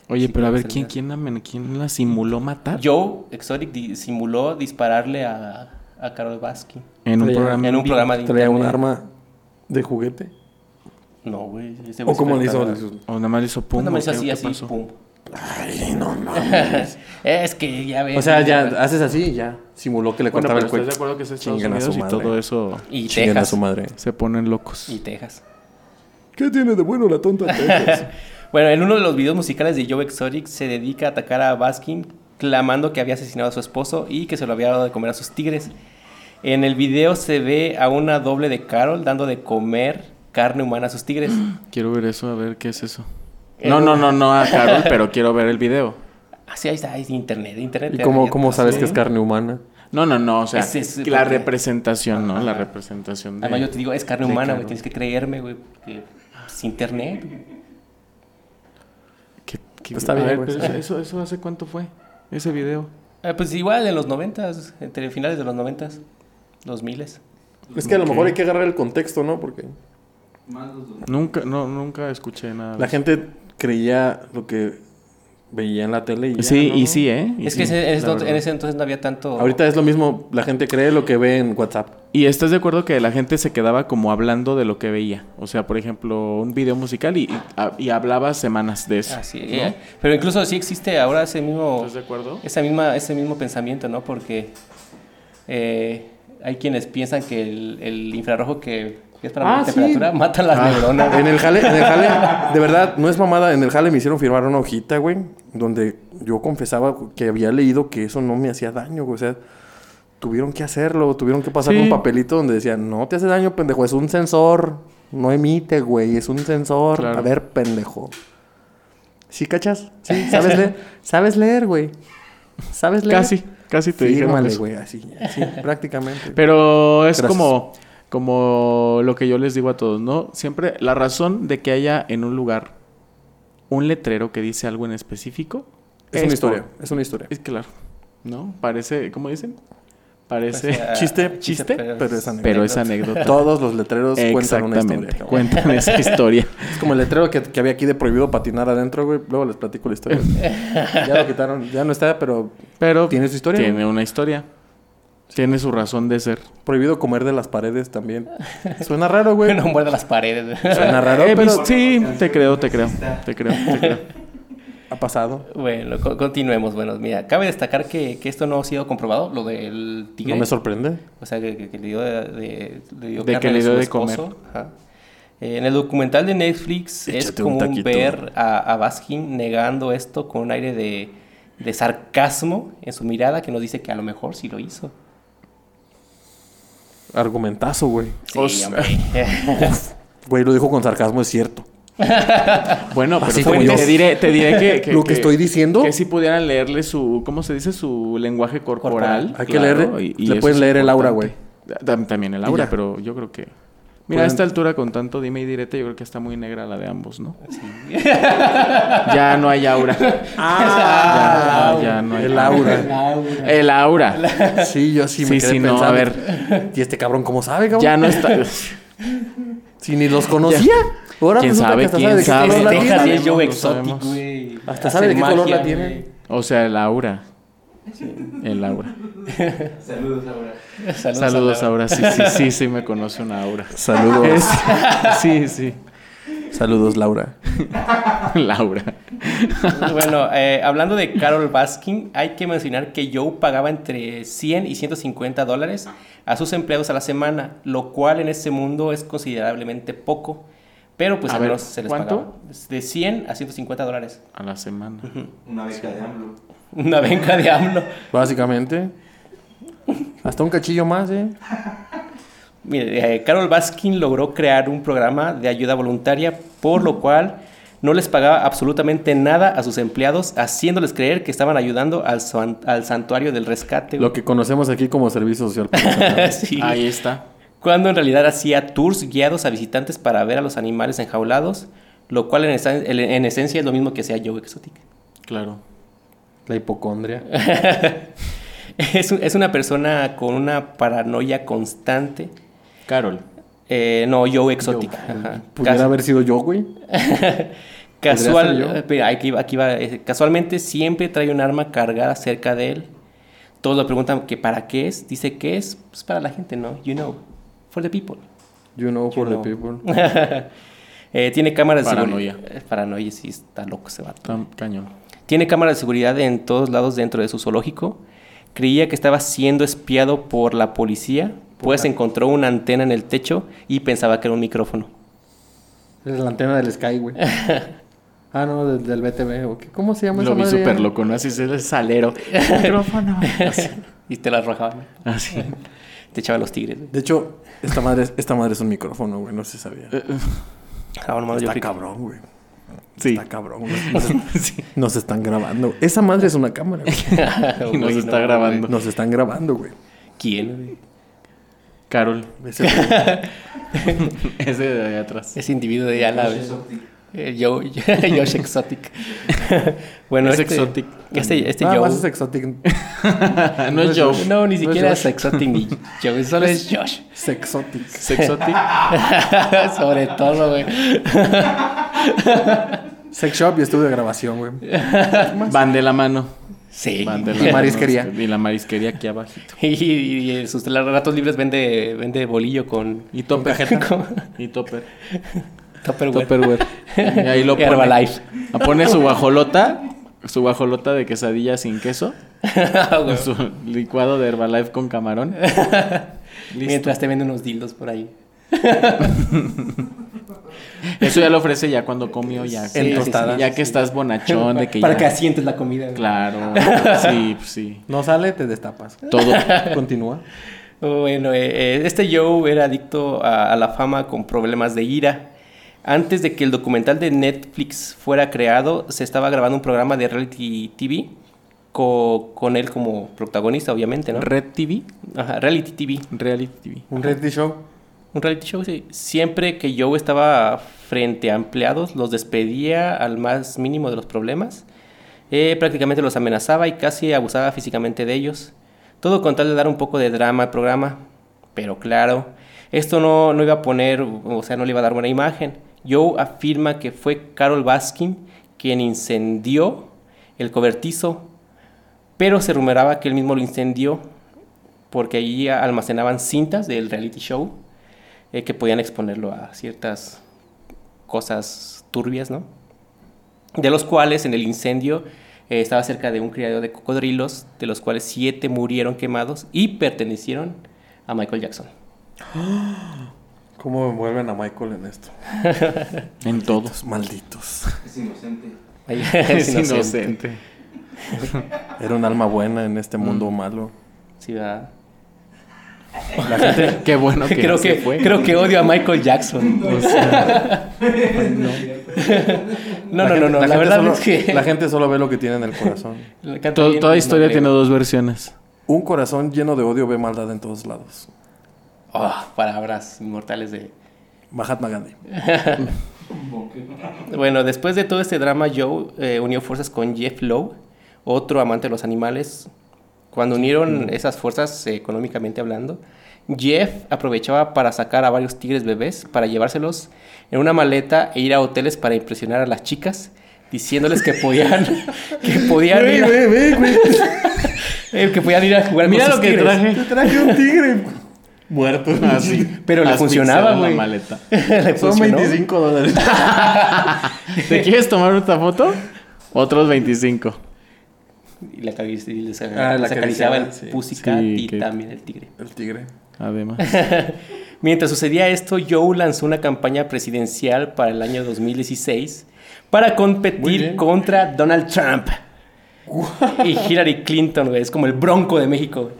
S3: Oye,
S1: Sí,
S3: pero a
S1: creo
S3: ver,
S1: que
S3: ¿quién,
S1: sería.
S3: quién, la- quién la simuló matar?
S1: Joe Exotic di- simuló dispararle a, a Carol Baskin.
S3: En un
S2: Traía-
S3: programa.
S1: en un
S3: vivo.
S1: programa de
S2: Traía un
S1: internet.
S2: arma de juguete.
S1: No, güey. ese
S3: Pues
S1: güey
S2: ¿O cómo
S1: se
S2: le hizo?
S1: disparó.
S3: O nada más le hizo pum.
S1: Pues nada más
S3: ¿o qué-
S1: así,
S3: qué
S1: así,
S3: pasó?
S1: pum.
S2: Ay, no mames.
S1: Es que ya ves.
S2: O sea, ya haces así y ya. Simuló que le
S3: Bueno,
S2: cortaba
S3: pero
S2: el cuello.
S3: ¿estás de acuerdo que es Estados
S2: Chingan a su
S3: Unidos y
S2: madre.
S3: todo eso
S1: Y
S2: Chinguen a
S1: Texas.
S2: su madre.
S3: se ponen locos?
S1: Y Texas.
S2: ¿Qué tiene de bueno la tonta Texas?
S1: Bueno, en uno de los videos musicales de Joe Exotic se dedica a atacar a Baskin, clamando que había asesinado a su esposo y que se lo había dado de comer a sus tigres. En el video se ve a una doble de Carol dando de comer carne humana a sus tigres.
S3: Quiero ver eso, a ver qué es eso.
S1: Eh,
S3: No, no, no, no a Carol, pero quiero ver el video.
S1: Así ahí está, es internet, internet.
S2: ¿Y
S1: te
S2: cómo,
S1: avienta,
S2: cómo sabes
S1: sí.
S2: que es carne humana?
S3: No, no, no, o sea,
S1: Es- es-
S3: la
S1: porque-
S3: representación, ¿no? La
S1: Ajá.
S3: representación de...
S1: Además, yo te digo, es carne
S3: de
S1: humana, güey.
S3: Carol.
S1: Tienes que creerme, güey. porque Es internet.
S3: ¿Qué- qué-
S2: Está
S3: a
S2: bien,
S3: ver, pues,
S2: güey.
S3: pero eso, eso, eso hace cuánto fue? Ese video.
S1: Ah, pues igual en los noventas, entre finales de los noventas, dos miles.
S2: Es que a lo
S3: Ok.
S2: mejor hay que agarrar el contexto, ¿no? Porque
S4: Más los dos.
S3: Nunca, no, nunca escuché nada. de
S2: la
S3: eso.
S2: gente creía lo que veía en la tele y ya,
S3: Sí,
S2: ¿no?
S3: y sí, ¿eh? Y
S1: es que
S3: sí,
S1: ese- en, ese
S3: la
S1: ento- en
S3: verdad.
S1: ese entonces no había tanto...
S2: Ahorita es lo mismo, la gente cree lo que ve en WhatsApp.
S3: Y estás de acuerdo que la gente se quedaba como hablando de lo que veía. O sea, por ejemplo, un video musical y, y, a- y hablaba semanas de eso.
S1: Ah, sí,
S3: ¿no?
S1: eh, Pero incluso sí existe ahora ese mismo,
S3: ¿Estás de acuerdo?
S1: esa misma, ese mismo pensamiento, ¿no? Porque eh, hay quienes piensan que el, el infrarrojo que es para
S2: Ah,
S1: la
S2: sí.
S1: temperatura mata las neuronas.
S2: En el jale, en el jale, de verdad, no es mamada, en el jale me hicieron firmar una hojita, güey, donde yo confesaba que había leído que eso no me hacía daño, güey, o sea, tuvieron que hacerlo, tuvieron que pasarme
S3: Sí.
S2: un papelito donde decía, no te hace daño, pendejo, es un sensor.
S5: No emite, güey. Es un sensor.
S3: Claro.
S5: A ver, pendejo. ¿Sí cachas? Sí, ¿sabes leer? ¿Sabes leer, güey? ¿Sabes leer?
S3: Casi, casi te dijeron
S5: Fírmale,
S3: eso.
S5: güey. Así, así, prácticamente.
S3: Pero es
S5: Gracias.
S3: como, como lo que yo les digo a todos, ¿no? Siempre la razón de que haya en un lugar un letrero que dice algo en específico
S5: es una
S3: por-
S5: historia. Es una historia.
S3: Es claro, ¿no? Parece, ¿cómo dicen? Parece
S1: O sea,
S3: chiste, chiste,
S5: pero es anécdota.
S3: pero es anécdota.
S5: Todos los letreros cuentan una historia.
S3: Exactamente,
S5: cabrón.
S3: cuentan esa historia.
S5: Es como el letrero que, que había aquí de prohibido patinar adentro, güey. Luego les platico la historia. ya lo quitaron. Ya no está, pero
S3: Pero
S5: ¿Tiene su historia?
S3: Tiene una historia. Tiene su razón de ser.
S5: prohibido comer de las paredes también. Suena raro, güey.
S1: No muerde las paredes.
S5: Suena raro,
S3: He
S5: pero
S3: visto- sí, te creo, te creo, te creo, te creo.
S5: ha pasado.
S1: Bueno, co- continuemos. Bueno, mira, cabe destacar que, que esto no ha sido comprobado, lo del tigre.
S5: No me sorprende.
S1: O sea, que, que- que le dio, de, de- le dio
S3: De
S1: carne
S3: que
S1: a
S3: le
S1: su
S3: dio de
S1: esposo.
S3: comer.
S1: Ajá. Eh, en el documental de Netflix es
S5: Échate un
S1: común
S5: taquito.
S1: ver a, a Baskin negando esto con un aire de, de sarcasmo en su mirada que nos dice que a lo mejor sí lo hizo.
S5: Argumentazo, güey.
S1: Sí,
S3: O sea-
S1: hombre.
S5: Güey, lo dijo con sarcasmo, es cierto.
S3: Bueno, pero
S5: Así
S3: fue-
S5: como yo.
S3: te diré, te diré que,
S5: Lo que estoy diciendo-
S3: que si pudieran leerle su, ¿cómo se dice? Su lenguaje
S1: Corporal.
S3: corporal.
S5: Hay que
S3: claro,
S5: leer-
S3: y- y
S5: le
S3: eso
S5: puedes
S3: es
S5: leer el aura,
S3: importante. Ta- También el
S5: Y
S3: aura,
S5: ya.
S3: pero yo creo que.
S5: Pueden-
S3: Mira, a esta altura con tanto dime y direte, yo creo que está muy negra la de ambos, ¿no? ya no hay aura. Ah, ya, ya no hay
S5: el aura.
S3: El aura.
S5: Sí, yo sí me
S3: Sí,
S5: quedé
S3: sí, no,
S5: pensando.
S3: a ver.
S5: ¿Y este cabrón cómo sabe, cabrón?
S3: Ya no está.
S5: Si ni los conocía. Ahora
S3: ¿Quién
S5: resulta
S3: sabe?
S5: que hasta
S3: ¿Quién
S5: de qué
S3: sabe?
S5: color la
S3: Deja
S5: tiene.
S1: Este Texas y es Joe
S3: sabemos, no
S1: Exotic,
S3: sabemos.
S1: güey.
S5: Hasta sabe de
S1: Hacen
S5: qué color la
S1: magia,
S5: tiene.
S1: güey.
S3: O sea, el aura. El aura.
S4: Saludos ahora.
S1: Saludos,
S3: Saludos,
S1: a
S3: aura. Sí, sí, sí, sí, me conoce una aura.
S5: Saludos.
S3: Es- sí, sí.
S5: Saludos, Laura.
S3: Laura.
S1: Bueno, eh, hablando de Carol Baskin, hay que mencionar que Joe pagaba entre 100 y 150 dólares a sus empleados a la semana, lo cual en este mundo es considerablemente poco. Pero pues
S3: A
S1: al
S3: ver,
S1: menos se les
S3: ¿cuánto?
S1: pagaba. De 100 a 150 dólares.
S3: A la semana.
S4: Una beca de AMLO.
S1: Una venga de AMLO.
S5: Básicamente. Hasta un cachillo más, ¿eh?
S1: Mire, eh, Carol Baskin logró crear un programa de ayuda voluntaria, por lo cual no les pagaba absolutamente nada a sus empleados, haciéndoles creer que estaban ayudando al, san- al santuario del rescate.
S5: Lo que conocemos aquí como servicio social. profesional.
S1: Sí.
S3: Ahí está.
S1: cuando en realidad hacía tours guiados a visitantes para ver a los animales enjaulados, lo cual en, esa- en esencia es lo mismo que hacía Joe Exotic.
S3: Claro.
S5: la hipocondria.
S1: Es, un- es una persona con una paranoia constante.
S3: Carol.
S1: Eh, no, Joe Exotic. ajá.
S5: Pudiera
S1: Cas-
S5: haber sido yo, güey.
S1: casual,
S5: ser yo.
S1: eh, mira, aquí, va- aquí va, eh, casualmente siempre trae un arma cargada cerca de él. Todos le preguntan que para qué es. Dice que es pues, para la gente, ¿no? You know, for the people.
S5: You know for
S1: You
S5: the
S1: know.
S5: people.
S1: Eh, tiene cámaras de
S3: Paranoia.
S1: seguridad. Eh, Paranoia, sí, está loco ese vato.
S3: Tan cañón.
S1: Tiene cámaras de seguridad en todos lados dentro de su zoológico. Creía que estaba siendo espiado por la policía, pues encontró una antena en el techo y pensaba que era un micrófono.
S5: Es la antena del Sky, güey. Ah, no, del, del BTV. ¿o qué? ¿Cómo se llama
S3: Lo
S5: esa
S3: vi
S5: madre?
S3: súper loco, ¿no? Así es el salero. Micrófono. Así.
S1: y te la arrojaban.
S3: así.
S1: Te echaban los tigres. güey.
S5: De hecho, esta madre, es, esta madre es un micrófono, güey. No se sabía.
S3: Eh,
S1: Ah, no mames, yo
S5: Está
S1: fui-
S5: cabrón, güey.
S3: Sí.
S5: Está cabrón. güey. Nos, nos están grabando. Esa madre es una cámara, güey.
S3: Y nos
S1: Güey,
S3: está
S1: no,
S3: grabando.
S5: Nos están grabando, güey.
S1: güey. ¿Quién?
S3: Carol.
S5: Ese güey.
S3: Ese de allá atrás.
S1: Ese individuo de ala.
S4: Josh
S1: güey.
S4: Exotic.
S1: Eh, Joe, Josh Exotic. bueno,
S3: Es
S1: este,
S3: exotic.
S1: Este, este
S5: Nada
S1: Joe.
S5: más es exotic.
S3: Ah, no es Joe.
S1: No, ni siquiera
S3: es
S1: es Exotic ni Joe, solo es Josh.
S5: Sexotic.
S3: Sexotic.
S1: Sobre todo, güey.
S5: Sex shop y estudio de grabación, güey.
S3: Van de la mano.
S1: Sí.
S3: Van de la
S5: Y marisquería.
S3: mano. Y la marisquería aquí abajo.
S1: Y, y en sus ratos libres vende, vende bolillo con
S3: Y topper.
S1: con
S3: Y topper.
S1: Tupperware.
S5: Tupperware.
S3: Y ahí lo pone.
S1: Herbalife.
S3: Ah, Pone su guajolota. Su guajolota de quesadilla sin queso.
S1: Ah, güey.
S3: Su licuado de Herbalife con camarón. Listo.
S1: Mientras te venden unos dildos por ahí.
S3: Eso ya lo ofrece ya cuando comió ya.
S1: En
S3: que-
S5: tostadas.
S3: Ya que estás bonachón de que
S1: Para
S3: ya-
S1: que asientes la comida. güey.
S3: Claro. Sí, sí.
S5: No sale, te destapas.
S3: Todo.
S5: Continúa.
S1: Bueno, eh, eh, este Joe era adicto a, a la fama con problemas de ira. Antes de que el documental de Netflix fuera creado, se estaba grabando un programa de reality TV co- con él como protagonista, obviamente, ¿no?
S3: Red TV,
S1: Ajá, reality TV.
S3: Reality TV.
S2: Un reality show.
S1: Un reality show, sí. Siempre que Joe estaba frente a empleados, los despedía al más mínimo de los problemas. Eh, prácticamente los amenazaba y casi abusaba físicamente de ellos. Todo con tal de dar un poco de drama al programa. Pero claro, esto no, no iba a poner, o sea, no le iba a dar buena imagen. Joe afirma que fue Carol Baskin quien incendió el cobertizo, pero se rumoraba que él mismo lo incendió porque allí almacenaban cintas del reality show eh, que podían exponerlo a ciertas cosas turbias, ¿no? De los cuales en el incendio eh, estaba cerca de un criadero de cocodrilos, de los cuales siete murieron quemados y pertenecieron a Michael Jackson.
S2: ¿Cómo envuelven a Michael en esto?
S3: En todo.
S2: Los malditos.
S4: Es inocente.
S1: Ahí-
S3: Es
S1: inocente.
S3: inocente.
S2: Era un alma buena en este mundo
S5: Mm.
S2: malo.
S1: Sí, ¿verdad?
S3: Qué bueno que
S1: creo,
S3: se
S1: que,
S3: fue.
S1: creo que odio a Michael Jackson. No, no, no, no. La,
S2: gente
S1: verdad
S2: solo-
S1: es que
S2: La gente solo ve lo que tiene en el corazón.
S1: la canta
S3: To-
S1: bien,
S3: toda
S1: no
S3: historia
S1: creo.
S3: tiene dos versiones.
S2: Un corazón lleno de odio ve maldad en todos lados.
S1: Ah, palabras inmortales de
S2: Mahatma Gandhi.
S1: Bueno, después de todo este drama, Joe eh, unió fuerzas con Jeff Lowe, otro amante de los animales. Cuando
S3: Mm.
S1: unieron esas fuerzas eh, económicamente hablando, Jeff aprovechaba para sacar a varios tigres bebés para llevárselos en una maleta e ir a hoteles para impresionar a las chicas, diciéndoles que podían, que podían, ir, a, eh, que podían ir a jugar con
S3: Mira
S1: sus
S3: lo que
S1: pues tigres.
S3: traje. Ah,
S2: Traje un tigre muerto.
S3: Así.
S1: Pero le
S3: Asfixiado
S1: funcionaba,
S3: en la
S1: güey.
S3: maleta.
S1: Le
S2: Son
S1: funcionó.
S2: 25 dólares.
S3: ¿Te quieres tomar otra foto? Otros 25.
S1: Y le acarici- y les
S2: Ah, la
S1: les acariciaba el
S2: acariciaba, sí.
S1: pusicat
S3: Sí,
S1: y
S3: que-
S1: también el tigre.
S2: El tigre.
S3: Además.
S1: Mientras sucedía esto, Joe lanzó una campaña presidencial para el año 2016 para
S2: Muy
S1: competir
S2: bien.
S1: contra Donald Trump y Hillary Clinton, güey. Es como el bronco de México.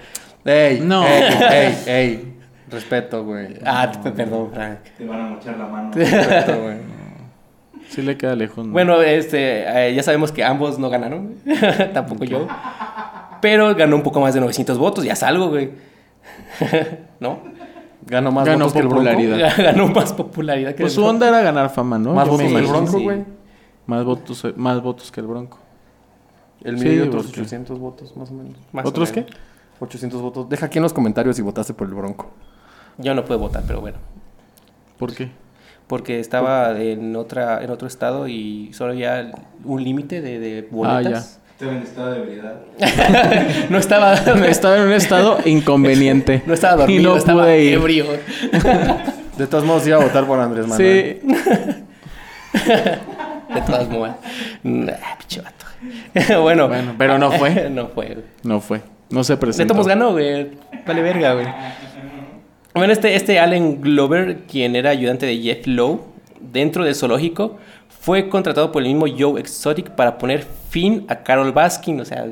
S2: Ey,
S3: No.
S1: Eh,
S2: ey, ey, ey. Respeto, güey.
S1: Ah, p- perdón, Frank.
S4: Te van a mochar la mano.
S2: Respeto, güey.
S3: Sí le queda lejos. ¿no?
S1: Bueno, este, eh, ya sabemos que ambos no ganaron, tampoco yo. Pero ganó un poco más de 900 votos, ya es algo, güey. ¿No?
S2: Gano más
S3: Ganó
S2: votos que el Bronco.
S3: popularidad.
S1: Ganó más popularidad que
S3: Pues
S1: el
S3: su
S1: Bronco.
S3: onda era ganar fama, ¿no?
S2: Más
S3: Yo
S2: votos
S3: me
S2: que el
S3: imagino,
S2: Bronco,
S3: sí.
S2: güey.
S3: Más votos, eh, más votos que el Bronco.
S2: El
S3: Sí,
S2: mío y otros
S3: porque-
S2: 800 votos, más o menos.
S1: Más o
S3: ¿Otros qué?
S1: menos.
S2: 800 votos. Deja aquí en los comentarios si votaste por el Bronco.
S1: Yo no pude votar, pero bueno.
S3: ¿Por qué?
S1: porque estaba en otra en otro estado y solo había un límite de,
S3: Ah,
S1: de boletas.
S4: Estaba en estado de ebriedad.
S1: no estaba
S3: Estaba en un estado inconveniente.
S1: no estaba dormido,
S3: Y no
S1: estaba
S3: pude ir.
S1: ebrio.
S2: De todos modos, iba a votar por Andrés Manuel.
S3: Sí.
S1: De todas maneras. Nah, pinche vato. bueno,
S3: Bueno, pero no fue.
S1: no fue. güey.
S3: No fue. No se
S1: De
S3: presentó.
S1: todos modos ganó, güey. Vale verga, güey. Bueno, este, este Allen Glover, quien era ayudante de Jeff Lowe dentro del zoológico, fue contratado por el mismo Joe Exotic para poner fin a Carol Baskin. O sea,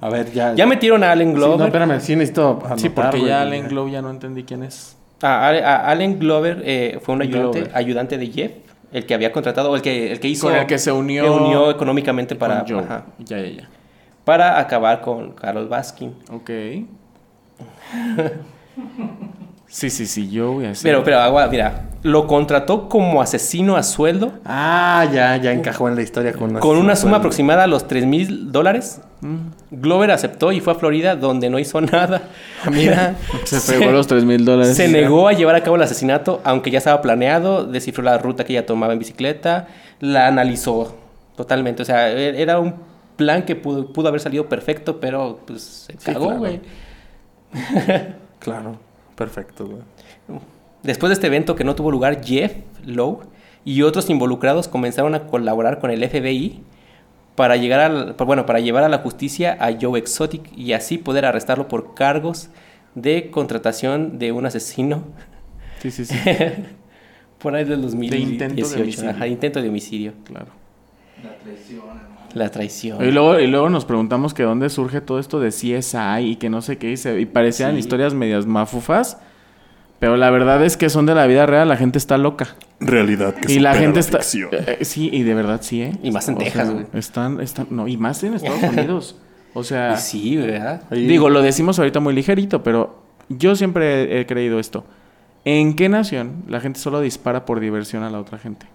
S2: A ver, ya.
S1: ya metieron a Allen
S2: Sí, no,
S1: Glover.
S2: espérame, sí necesito. Anotar,
S3: Sí, porque
S2: güey.
S3: ya Allen Glow ya no entendí quién es.
S1: Ah, Ale- a- Allen Glover eh, fue un ayudante,
S3: Glover.
S1: ayudante de Jeff, el que había contratado, o el que, el que hizo.
S3: Con el que se unió-
S1: unió económicamente para,
S3: Con Joe.
S1: ajá,
S3: Ya, ya, ya.
S1: para acabar con Carol Baskin.
S3: Ok. sí, sí, sí, yo voy a decir.
S1: Pero, pero, agua, mira, lo contrató como asesino a sueldo
S2: Ah, ya, ya encajó en la historia con una,
S1: con una suma aproximada a los 3 mil dólares.
S3: Mm.
S1: Glover aceptó y fue a Florida, donde no hizo nada. Mira,
S3: se fregó los 3 mil dólares.
S1: Se negó a llevar a cabo el asesinato, aunque ya estaba planeado, descifró la ruta que ella tomaba en bicicleta, la analizó totalmente. O sea, e- era un plan que pudo, pudo haber salido perfecto, pero pues se cagó,
S2: claro.
S1: güey.
S2: Claro, perfecto, güey.
S1: Después de este evento que no tuvo lugar, Jeff Lowe y otros involucrados comenzaron a colaborar con el FBI para llegar al, pa- bueno, para llevar a la justicia a Joe Exotic y así poder arrestarlo por cargos de contratación de un asesino
S3: Sí, sí, sí.
S1: Por ahí del 2018.
S3: intento de homicidio.
S1: ajá, intento de homicidio.
S3: claro.
S4: La traición, hermano.
S1: La traición.
S3: Y luego, y luego nos preguntamos que dónde surge todo esto de CSI y que no sé qué. Y, se- y parecían
S1: Sí.
S3: historias medias mafufas. Pero la verdad es que son de la vida real. La gente está loca.
S2: Realidad que
S3: y
S2: supera
S3: la gente está...
S2: ficción.
S3: eh, eh, sí, y de verdad sí, ¿eh?
S1: Y más en
S3: O sea,
S1: Texas, güey.
S3: Están, están... No, y más en Estados Unidos. O sea...
S1: Sí, ¿verdad?
S3: Digo, lo decimos ahorita muy ligerito, pero yo siempre he, he creído esto. ¿En qué nación la gente solo dispara por diversión a la otra gente?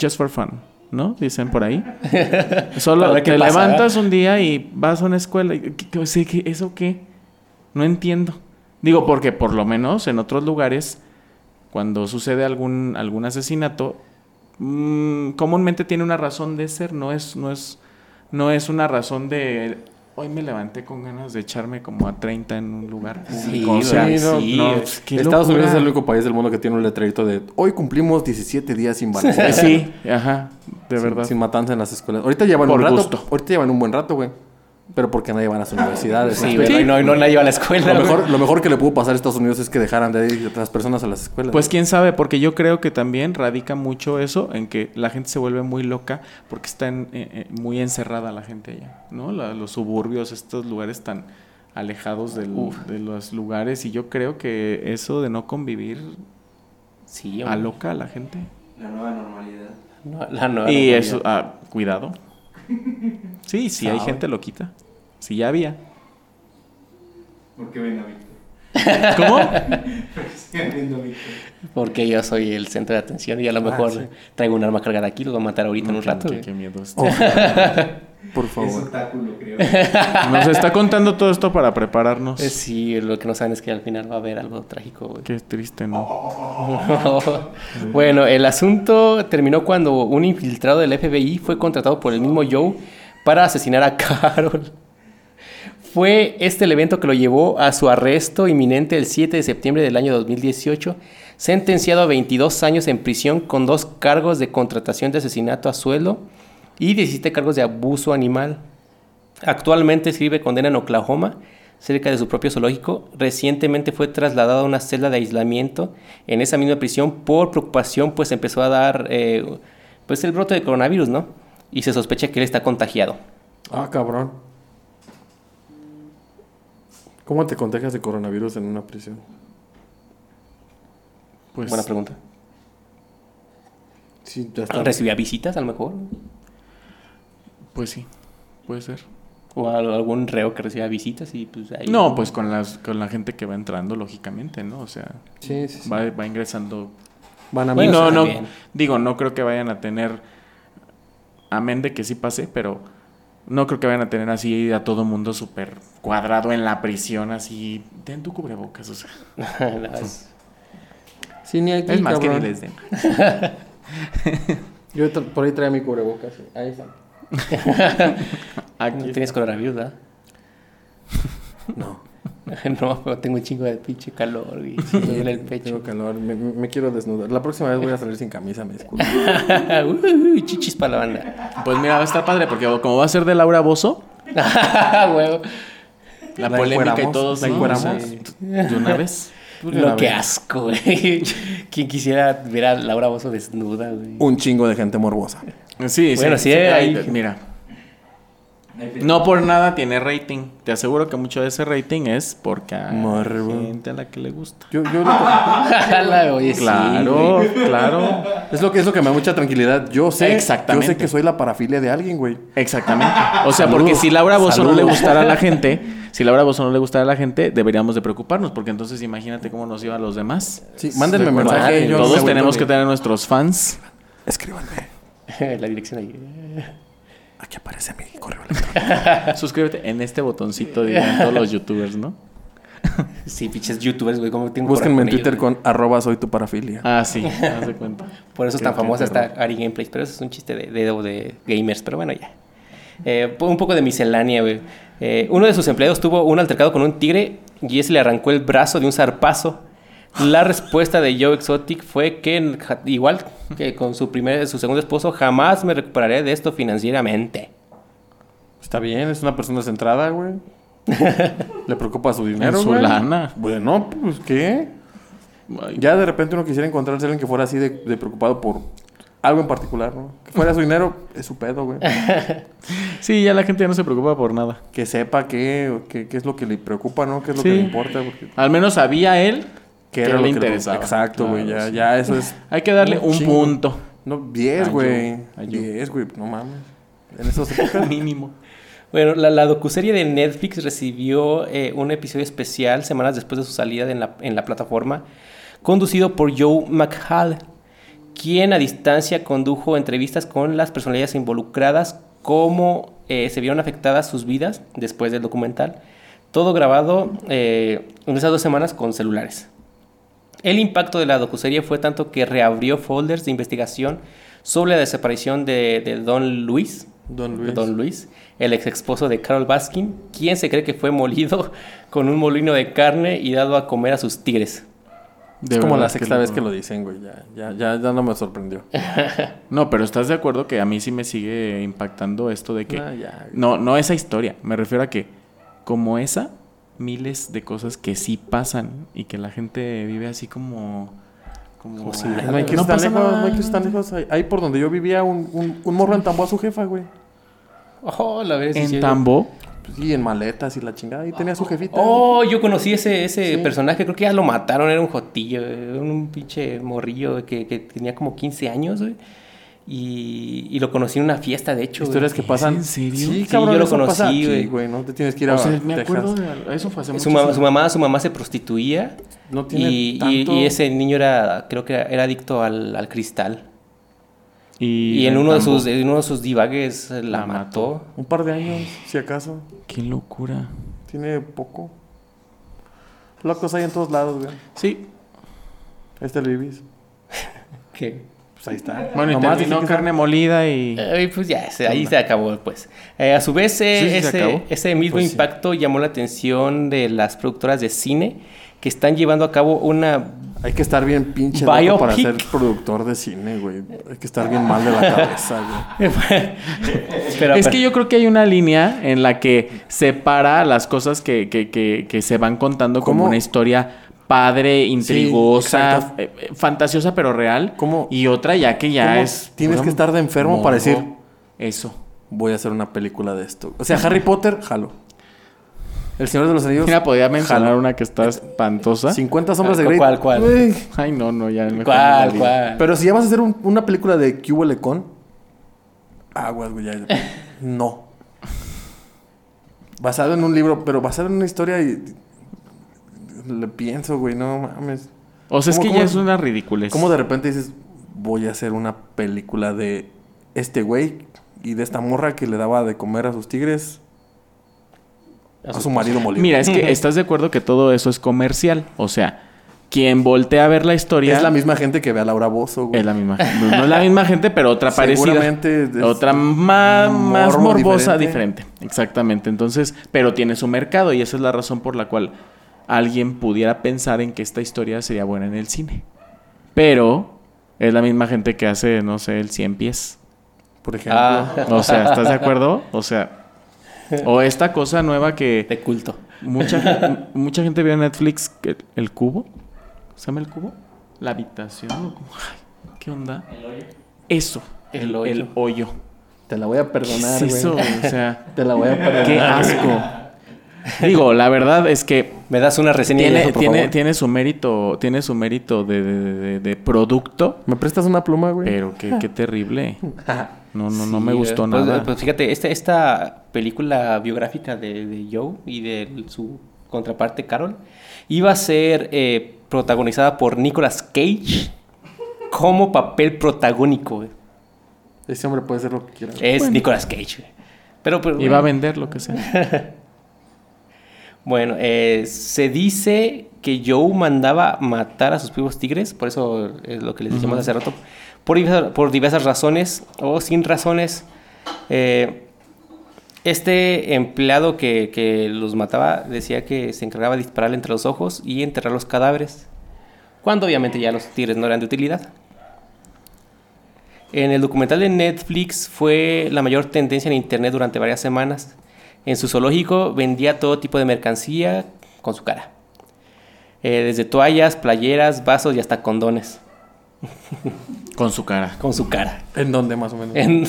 S3: Just for fun, ¿no? Dicen por ahí.
S1: A
S3: Solo
S1: ver qué
S3: te
S1: pasa,
S3: levantas un día y vas a una escuela. y- ¿qué- qué- o sea, qué- ¿Eso qué? No entiendo. Digo, porque por lo menos en otros lugares, cuando sucede algún, algún asesinato, mm, comúnmente tiene una razón de ser, no es, no es, no es una razón de hoy me levanté con ganas de echarme como a 30 en un lugar
S1: Sí,
S3: público". O sea,
S1: güey,
S3: no,
S1: sí.
S3: no, pues qué
S2: Estados
S3: locura.
S2: Unidos es el único país del mundo que tiene un letrerito de hoy cumplimos 17 días sin balacera.
S3: Eh, Sí, ajá, de
S2: Sin-
S3: verdad.
S2: Sin matanza en las escuelas. Ahorita llevan
S3: Por
S2: un rato.
S3: gusto.
S2: Ahorita llevan un buen rato, güey. Pero porque nadie van a las universidades.
S1: Sí,
S2: ¿no?
S1: ¿verdad?
S3: Sí.
S1: Y no, y no nadie va a la escuela.
S2: lo, mejor,
S1: güey.
S2: lo mejor que le pudo pasar a Estados Unidos es que dejaran de ir las personas a las escuelas.
S3: Pues quién sabe, porque yo creo que también radica mucho eso en que la gente se vuelve muy loca porque está en- eh, eh, muy encerrada la gente allá, ¿no? La- los suburbios, estos lugares tan alejados del- de los lugares y yo creo que eso de no convivir
S1: Sí, hombre.
S3: aloca a la gente.
S4: La nueva normalidad.
S1: No, la nueva
S3: y
S1: normalidad.
S3: eso, ah, cuidado. Sí, sí,
S1: Ah,
S3: hay gente loquita. Sí, ya había.
S4: ¿Por qué ven a Víctor?
S3: ¿Cómo?
S4: ¿Por qué siguen viendo a Víctor?
S1: Porque yo soy el centro de atención y
S3: Ah,
S1: a lo mejor traigo un arma cargada aquí, lo voy a matar ahorita en un rato.
S3: Pues Qué,
S1: güey.
S3: qué miedo. este.
S2: Por
S4: Es
S2: favor.
S4: otáculo, creo.
S3: Nos está contando todo esto para prepararnos.
S1: Eh, Sí, lo que no saben es que al final va a haber algo trágico, güey.
S3: Qué triste, ¿no?
S1: bueno, el asunto terminó cuando un infiltrado del FBI fue contratado por el mismo Joe para asesinar a Carol. Fue este el evento que lo llevó a su arresto inminente el 7 de septiembre del año 2018, sentenciado a 22 años en prisión con dos cargos de contratación de asesinato a sueldo y 17 cargos de abuso animal. Actualmente sirve condena en Oklahoma, cerca de su propio zoológico. Recientemente fue trasladado a una celda de aislamiento en esa misma prisión por preocupación, pues empezó a dar eh, pues el brote de coronavirus, ¿no? Y se sospecha que él está contagiado.
S2: Ah, cabrón. ¿Cómo te contagias de coronavirus en una prisión?
S3: Pues,
S1: Buena pregunta.
S2: Sí, ya está.
S1: ¿Recibía visitas a lo mejor?
S3: pues sí, puede ser.
S1: ¿O al- algún reo que recibía visitas? y pues ahí-
S3: No, pues con, las, con la gente que va entrando, lógicamente, ¿no? O sea,
S2: Sí, sí, sí.
S3: va, va ingresando.
S2: Van a
S3: Y
S1: Bueno,
S3: no,
S1: sí,
S3: no,
S1: también.
S3: digo, no creo que vayan a tener, amén de que sí pase, pero no creo que vayan a tener así a todo mundo súper cuadrado en la prisión, así, ten tu cubrebocas, o sea,
S1: No, es-
S2: Sí, ni aquí,
S3: es más que
S2: cabrón.
S3: ni les den.
S2: Yo tra- por ahí traía mi cubrebocas. sí. Ahí está.
S1: no
S3: Aquí
S1: tienes coronavirus, ¿verdad?
S2: No.
S1: No, pero tengo un chingo de pinche calor y me duele el pecho.
S2: Tengo calor. Me, me- me quiero desnudar. La próxima vez voy a salir sin camisa, me disculpo.
S1: Uy, chichis para la banda.
S3: está. Pues mira, va a estar padre, porque como va a ser de Laura Bozo,
S1: Huevo.
S3: la,
S2: La
S3: polémica y
S2: encueramos,
S3: todo,
S2: la
S3: ¿no?
S2: encueramos.
S3: O sea, de una vez.
S1: Lo que asco, güey. Quien quisiera ver a Laura Bozo desnuda, güey.
S2: Un chingo de gente morbosa.
S3: Sí,
S1: Bueno, sí, hay-
S3: ay, Mira,
S4: Hay fe-
S3: No por nada tiene rating. Te aseguro que mucho de ese rating es porque hay
S2: Morbo.
S3: gente a la que le gusta.
S2: Yo, yo lo que-
S1: Ojalá, oye, sí, güey.
S3: Claro, claro.
S2: Es lo que es lo que me da mucha tranquilidad. Yo sé,
S3: Exactamente.
S2: yo sé que soy la parafilia de alguien, güey.
S3: Exactamente. O sea,
S2: Saludos.
S3: porque si Laura Bozo no
S2: Saludos.
S3: le gustara a la gente, si Laura Bozo no le gustara a la gente, deberíamos de preocuparnos, porque entonces imagínate cómo nos iba a los demás.
S2: Sí, mándenme
S1: Recuerda,
S2: mensaje. yo no
S3: Todos
S2: me
S3: tenemos que
S2: aguanto
S3: tener nuestros fans.
S2: ni- Escríbanme.
S1: La dirección ahí.
S2: Aquí aparece mi correo electrónico.
S3: Suscríbete en este botoncito, dirían todos los youtubers, ¿no?
S1: Sí, pinches youtubers, güey. ¿cómo tengo
S2: Búsquenme en
S1: coraje
S2: Twitter
S1: ellos, güey?
S2: con arroba soy tu parafilia.
S3: Ah, sí, haz de cuenta.
S1: Por eso es tan
S3: Qué- qué
S1: famosa está
S3: terror.
S1: Ari Gameplays. Pero eso es un chiste de, de, de gamers. Pero bueno, ya. Eh, un poco de miscelánea, güey. Eh, uno de sus empleados tuvo un altercado con un tigre y ese le arrancó el brazo de un zarpazo. La respuesta de Joe Exotic fue que, ja- igual que con su, primer, su segundo esposo, jamás me recuperaré de esto financieramente.
S2: Está bien, es una persona centrada, güey. Le preocupa su dinero.
S3: En su
S2: güey.
S3: lana.
S2: Bueno, pues qué.
S3: Ay,
S2: Ya de repente uno quisiera encontrarse a alguien que fuera así de, de preocupado por algo en particular, ¿no? Que fuera su dinero, es su pedo, güey.
S3: Sí, ya la gente ya no se preocupa por nada.
S2: Que sepa qué, qué, qué es lo que le preocupa, ¿no? Qué es lo
S3: Sí.
S2: que le importa. Porque,
S3: Al menos sabía él que
S2: era
S3: le
S2: lo que
S3: interesaba.
S2: Exacto, güey.
S3: Claro,
S2: ya,
S3: sí.
S2: ya eso es...
S3: Hay que darle un
S2: chingo.
S3: punto
S2: No, 10,
S3: Ayú,
S2: güey.
S3: ayú.
S2: 10, güey. No mames. En esas épocas...
S3: mínimo.
S1: Bueno, la, la docuserie de Netflix recibió eh, un episodio especial semanas después de su salida en la, en la plataforma, conducido por Joe McHale, quien a distancia condujo entrevistas con las personalidades involucradas, cómo eh, se vieron afectadas sus vidas después del documental, todo grabado eh, en esas dos semanas con celulares. El impacto de la docuserie fue tanto que reabrió folders de investigación sobre la desaparición de, de Don Luis.
S2: Don Luis.
S1: Don Luis, el ex esposo de Carol Baskin, quien se cree que fue molido con un molino de carne y dado a comer a sus tigres.
S3: De
S2: Es como
S3: verdad
S2: la sexta
S3: no.
S2: vez que lo dicen, güey. Ya, ya, ya, ya no me sorprendió.
S3: No, pero estás de acuerdo que a mí sí me sigue impactando esto de que.
S2: No, Ah, ya, güey.
S3: No, no esa historia. Me refiero a que, como esa, miles de cosas que sí pasan y que la gente vive así como. Como
S1: Como si
S3: "Ay,
S1: nada".
S2: Pues No hay que
S3: no
S2: estar
S3: pasa
S2: lejos,
S3: nada".
S2: no hay que estar lejos. Ahí, ahí por donde yo vivía, un, un, un morro entambó a su jefa, güey.
S1: Oh, la vez.
S3: En Tambo.
S2: Pues sí, en maletas y la chingada. Y tenía a su jefita.
S1: Oh, yo conocí ese, ese
S2: Sí.
S1: personaje, creo que ya lo mataron, era un jotillo, eh, un pinche morrillo que, que tenía como 15 años, güey. Y, y lo conocí en una fiesta, de hecho. güey.
S2: Historias que pasan.
S3: en serio?
S2: Sí,
S1: Sí,
S2: cabrón,
S1: yo lo
S2: eso pasa
S1: conocí,
S2: aquí,
S1: güey.
S2: güey. No te tienes que ir a
S3: O sea,
S2: Ah, Texas.
S3: me acuerdo de eso fue hace
S1: su,
S3: muchos
S1: ma-
S3: años.
S1: su mamá, su mamá se prostituía
S2: No tiene
S1: y, y-
S2: tanto-
S1: y ese niño era, creo que era, era adicto al, al cristal.
S3: Y,
S1: Y, en uno de
S3: Tambo.
S1: sus, en uno de sus divagues eh, la,
S3: La mató.
S1: mató.
S2: Un par de años, si acaso.
S3: Qué locura.
S2: Tiene poco. Locos hay en todos lados, güey.
S3: Sí.
S2: Este el Bibis.
S1: ¿Qué?
S2: Pues ahí está.
S3: Bueno, y
S2: Nomás
S3: terminó
S2: dice que-
S3: carne molida y.
S1: Eh, pues ya, se- ahí se acabó, pues. Eh, a su vez, eh,
S3: Sí, sí, se acabó.
S1: ese, ese mismo
S2: Pues sí.
S1: impacto llamó la atención de las productoras de cine que están llevando a cabo una...
S2: Hay que estar bien pinche loco para
S1: Biopic.
S2: ser productor de cine, güey. Hay que estar bien mal de la cabeza, güey.
S1: Pero-
S3: es que yo creo que hay una línea en la que separa las cosas que, que- que- que se van contando como
S2: ¿Cómo?
S3: una historia padre, intrigosa,
S2: exacto.
S3: eh, eh, fantasiosa pero real.
S2: ¿Cómo?
S3: Y otra ya que ya
S2: ¿Cómo
S3: es...
S2: tienes
S3: pura
S2: que estar de enfermo
S3: morbo?
S2: para decir?
S3: Eso.
S2: Voy a hacer una película de esto. O sea, Harry Potter, jalo. El Señor de los Anillos.
S3: Mira, podía mencionar
S2: jalo.
S3: una que está espantosa.
S2: 50 sombras de Grey.
S1: ¿Cuál, cuál?
S2: Güey.
S3: Ay, no, no, ya. mejor no la
S1: ¿Cuál,
S3: digo.
S1: cuál?
S2: Pero si ya vas a hacer un- una película de Q huele con. Aguas, güey. ya- No. Basado en un libro, pero basado en una historia y. Le pienso, güey, no mames.
S3: O sea, es
S2: ¿Cómo-
S3: que ya
S2: cómo-
S3: es una ridiculez.
S2: ¿Cómo de repente dices, voy a hacer una película de este güey y de esta morra que le daba de comer a sus tigres? A su marido molido.
S3: Mira, es que estás de acuerdo que todo eso es comercial. O sea, quien voltea a ver la historia...
S2: es la misma gente que ve a Laura Bozo, güey.
S3: Es la misma. No es la misma gente, pero otra parecida.
S2: Seguramente es-
S3: Otra ma- más
S2: morbo
S3: morbosa
S2: diferente.
S3: diferente. Exactamente. Entonces, pero tiene su mercado y esa es la razón por la cual alguien pudiera pensar en que esta historia sería buena en el cine. Pero es la misma gente que hace, no sé, el 100 pies.
S2: Por ejemplo.
S1: Ah,
S3: O sea, ¿estás de acuerdo? O sea, o esta cosa nueva que
S1: de culto.
S3: mucha, gen- mucha gente vio en Netflix, que- el cubo. ¿Se llama el cubo? La habitación. o cómo- Ay, ¿Qué onda? Eso.
S1: El
S3: El
S1: hoyo.
S3: El hoyo.
S2: Te la voy a
S3: ¿Qué
S2: perdonar,
S3: es
S2: güey.
S3: eso? O sea,
S2: Te la voy a perdonar.
S3: qué asco. Digo, la verdad es que
S1: ¿Me das una reseña? de
S3: tiene,
S1: eso, por
S3: tiene,
S1: favor?
S3: tiene su mérito, tiene su mérito de, de- de- de- de producto,
S2: ¿Me prestas una pluma, güey?
S3: pero qué, qué terrible. No, no, no me
S1: Sí,
S3: gustó
S1: eh, pues, eh,
S3: nada.
S1: pues fíjate, esta, esta película biográfica de, de Joe y de l- su contraparte Carol iba a ser eh, protagonizada por Nicolas Cage como papel protagónico. güey.
S2: Ese hombre puede hacer lo que quiera.
S3: Eh,
S1: Es Nicolas Cage. güey. Pero, pues, pero,
S3: Iba a vender lo que sea.
S1: Bueno, eh, se dice que Joe mandaba matar a sus primos tigres, por eso es lo que les dijimos hace rato, por, diversa- por diversas razones o sin razones. Eh, este empleado que, que los mataba decía que se encargaba de dispararle entre los ojos y enterrar los cadáveres, cuando obviamente ya los tigres no eran de utilidad. En el documental de Netflix fue la mayor tendencia en Internet durante varias semanas. En su zoológico vendía todo tipo de mercancía con su cara. Eh, desde toallas, playeras, vasos y hasta condones.
S3: Con su cara.
S1: con su cara.
S2: ¿En dónde más o menos?
S1: En,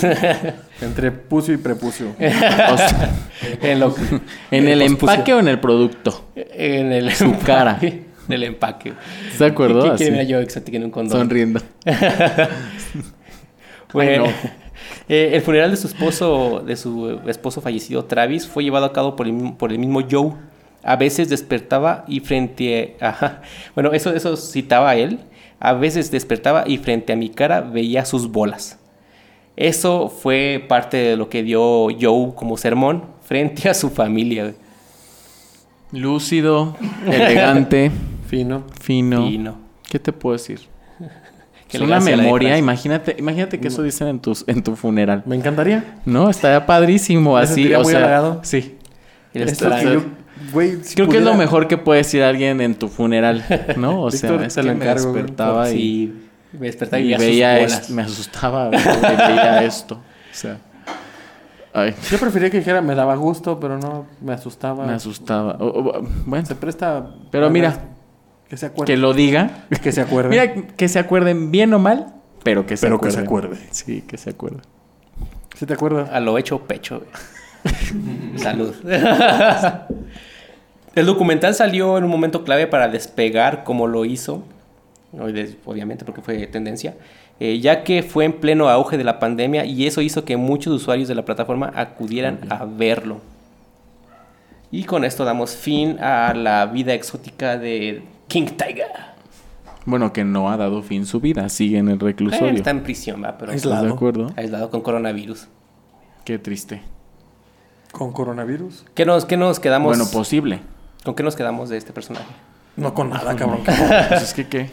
S2: Entre pucio y prepucio.
S3: eh, O sea,
S1: en lo-
S3: ¿En el
S1: pospucio.
S3: empaque o en el producto?
S1: En el
S3: Su
S1: empaque.
S3: cara.
S1: En el empaque.
S3: ¿Se acuerdo?
S1: ¿Qué,
S3: Así,
S1: quiere ver yo exótico en un condón?
S3: sonriendo.
S1: Bueno,
S3: no.
S1: eh, el funeral de su esposo, de su esposo fallecido Travis, fue llevado a cabo por el, mismo- por el mismo Joe. A veces despertaba y frente a... ajá. bueno, eso, eso citaba a él. A veces despertaba y frente a mi cara veía sus bolas. Eso fue parte de lo que dio Joe como sermón frente a su familia. güey.
S3: Lúcido, elegante,
S2: Fino.
S3: fino.
S1: Y no.
S3: ¿Qué te puedo decir?
S1: Qué
S3: Es una
S1: elegancia la de
S3: memoria,
S1: Francia.
S3: imagínate, imagínate que eso dicen en tus, en tu funeral.
S2: Me encantaría.
S3: No, estaría padrísimo
S2: Me
S3: así,
S2: sentiría
S3: o
S2: muy
S3: sea,
S2: halagado.
S3: sí.
S1: El
S2: Esto que
S1: extraño.
S2: yo- güey, si
S3: Creo que es
S2: pudiera-
S3: lo mejor que puede decir alguien en tu funeral, ¿no? O sea,
S2: Víctor,
S3: es
S2: te
S3: que
S2: lo
S3: me
S2: encargo, güey.
S3: despertaba y,
S1: Sí, me despertaba y,
S3: y
S1: veía, sus
S3: veía
S1: bolas.
S3: esto, me asustaba, güey, y veía esto. O sea, ay,
S2: Yo preferiría que dijera me daba gusto, pero no me asustaba.
S3: me asustaba. O- o- bueno,
S2: Se presta.
S3: Pero
S2: a-
S3: mira.
S2: Que se
S3: que
S2: acuerde.
S3: lo diga.
S2: Que, se acuerde.
S3: Mira, que se acuerden bien o mal, pero que se
S2: pero que
S3: acuerden.
S2: se acuerde.
S3: Sí, que se acuerden.
S2: ¿Se te acuerda?
S1: A lo hecho pecho. güey. Salud. El documental salió en un momento clave para despegar como lo hizo, ¿no? Y des- obviamente porque fue tendencia, eh, ya que fue en pleno auge de la pandemia y eso hizo que muchos usuarios de la plataforma acudieran a verlo. Y con esto damos fin a la vida exótica de King Tiger.
S3: Bueno, que no ha dado fin su vida, sigue en el reclusorio.
S1: Eh, está en prisión, va, pero
S2: Aislado.
S3: ¿Estás de acuerdo?
S1: aislado con coronavirus.
S3: Qué triste.
S2: Con coronavirus.
S1: ¿Qué nos, qué nos quedamos?
S3: Bueno, pues- posible.
S1: ¿Con qué nos quedamos de este personaje?
S2: No con nada, cabrón.
S3: Pues es que qué.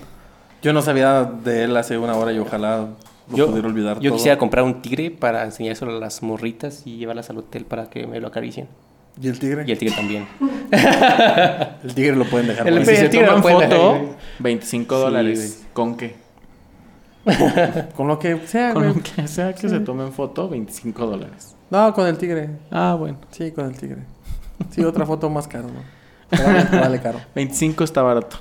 S2: Yo no sabía de él hace una hora y ojalá lo pudiera olvidar
S1: yo
S2: todo.
S1: quisiera comprar un tigre para enseñárselo a las morritas y llevarlas al hotel para que me lo acaricien.
S2: ¿Y el tigre?
S1: Y el tigre también.
S2: El tigre lo pueden dejar.
S1: El
S2: morir.
S3: Si se
S1: tigre
S3: toman
S1: no puede, güey.
S3: foto, 25
S1: Sí,
S3: dólares. ¿Con qué?
S2: Con lo que
S1: Ah,
S2: sea,
S3: Con
S2: güey.
S3: lo que sea que se tomen foto, 25 dólares.
S2: No, con el tigre.
S3: Ah, bueno.
S2: Sí, con el tigre. Sí, otra foto más caro, ¿no? Pero vale, vale caro.
S3: 25 está barato.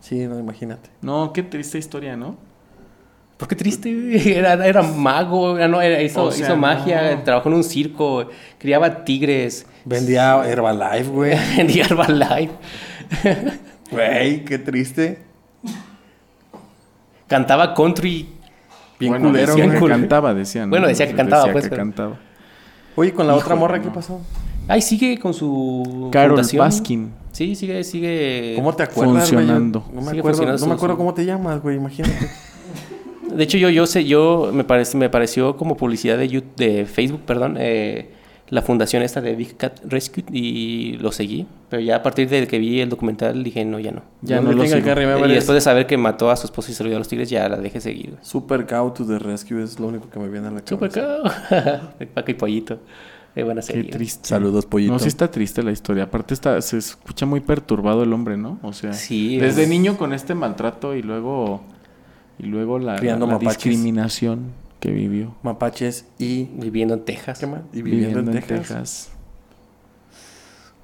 S2: Sí, no, imagínate.
S3: No, qué triste historia, ¿no?
S1: ¿Por qué triste? güey. Era, era mago, era- no, era- hizo,
S3: O sea,
S1: hizo magia,
S3: no.
S1: trabajó en un circo, criaba tigres,
S2: Vendía Herbalife, güey.
S1: vendía Herbalife,
S2: Güey, qué triste.
S1: cantaba country.
S2: Bien
S3: bueno,
S2: culero,
S3: decían
S2: güey.
S3: que cantaba, decían.
S1: Bueno, decía que cantaba, pues,
S3: que
S1: pero-
S3: cantaba.
S2: Oye, con la otra
S3: Híjole,
S2: morra, ¿qué
S3: no.
S2: pasó?
S1: Ay, sigue con su
S3: Carol
S1: fundación.
S3: Baskin.
S1: Sí, sigue, sigue.
S2: ¿Cómo te acuerdas, güey? Yo
S3: funcionando.
S2: No me
S1: Sigue
S2: acuerdo,
S1: funcionando
S2: no me
S1: su-
S2: acuerdo
S1: su-
S2: cómo te llamas, güey, imagínate.
S1: De hecho, yo, yo sé, yo me, parece, me pareció como publicidad de, Yout- de Facebook, perdón, eh, la fundación esta de Big Cat Rescue y lo seguí. Pero ya a partir del que vi el documental dije, no, ya no.
S3: Ya
S2: Yo
S3: no
S2: le
S3: lo
S2: tengo
S3: sigo.
S2: que remember
S1: y
S2: es
S1: después de saber que mató a su esposo y se lo dio a los tigres, ya la dejé seguir. güey.
S2: Super Cow to the Rescue es lo único que me viene a la cabeza.
S1: Super cow. Paca y pollito. Eh, buena
S3: Qué
S1: serie.
S3: triste.
S2: Saludos, pollito.
S3: No, sí está triste la historia. Aparte está, se escucha muy perturbado el hombre, ¿no? O sea,
S1: Sí,
S3: desde
S1: es-
S3: niño con este maltrato y luego y luego la,
S2: Criando
S3: la
S2: mapaches.
S3: discriminación que vivió
S2: Mapaches y...
S1: Viviendo en Texas.
S2: ¿Qué más? Y
S3: viviendo, en Texas.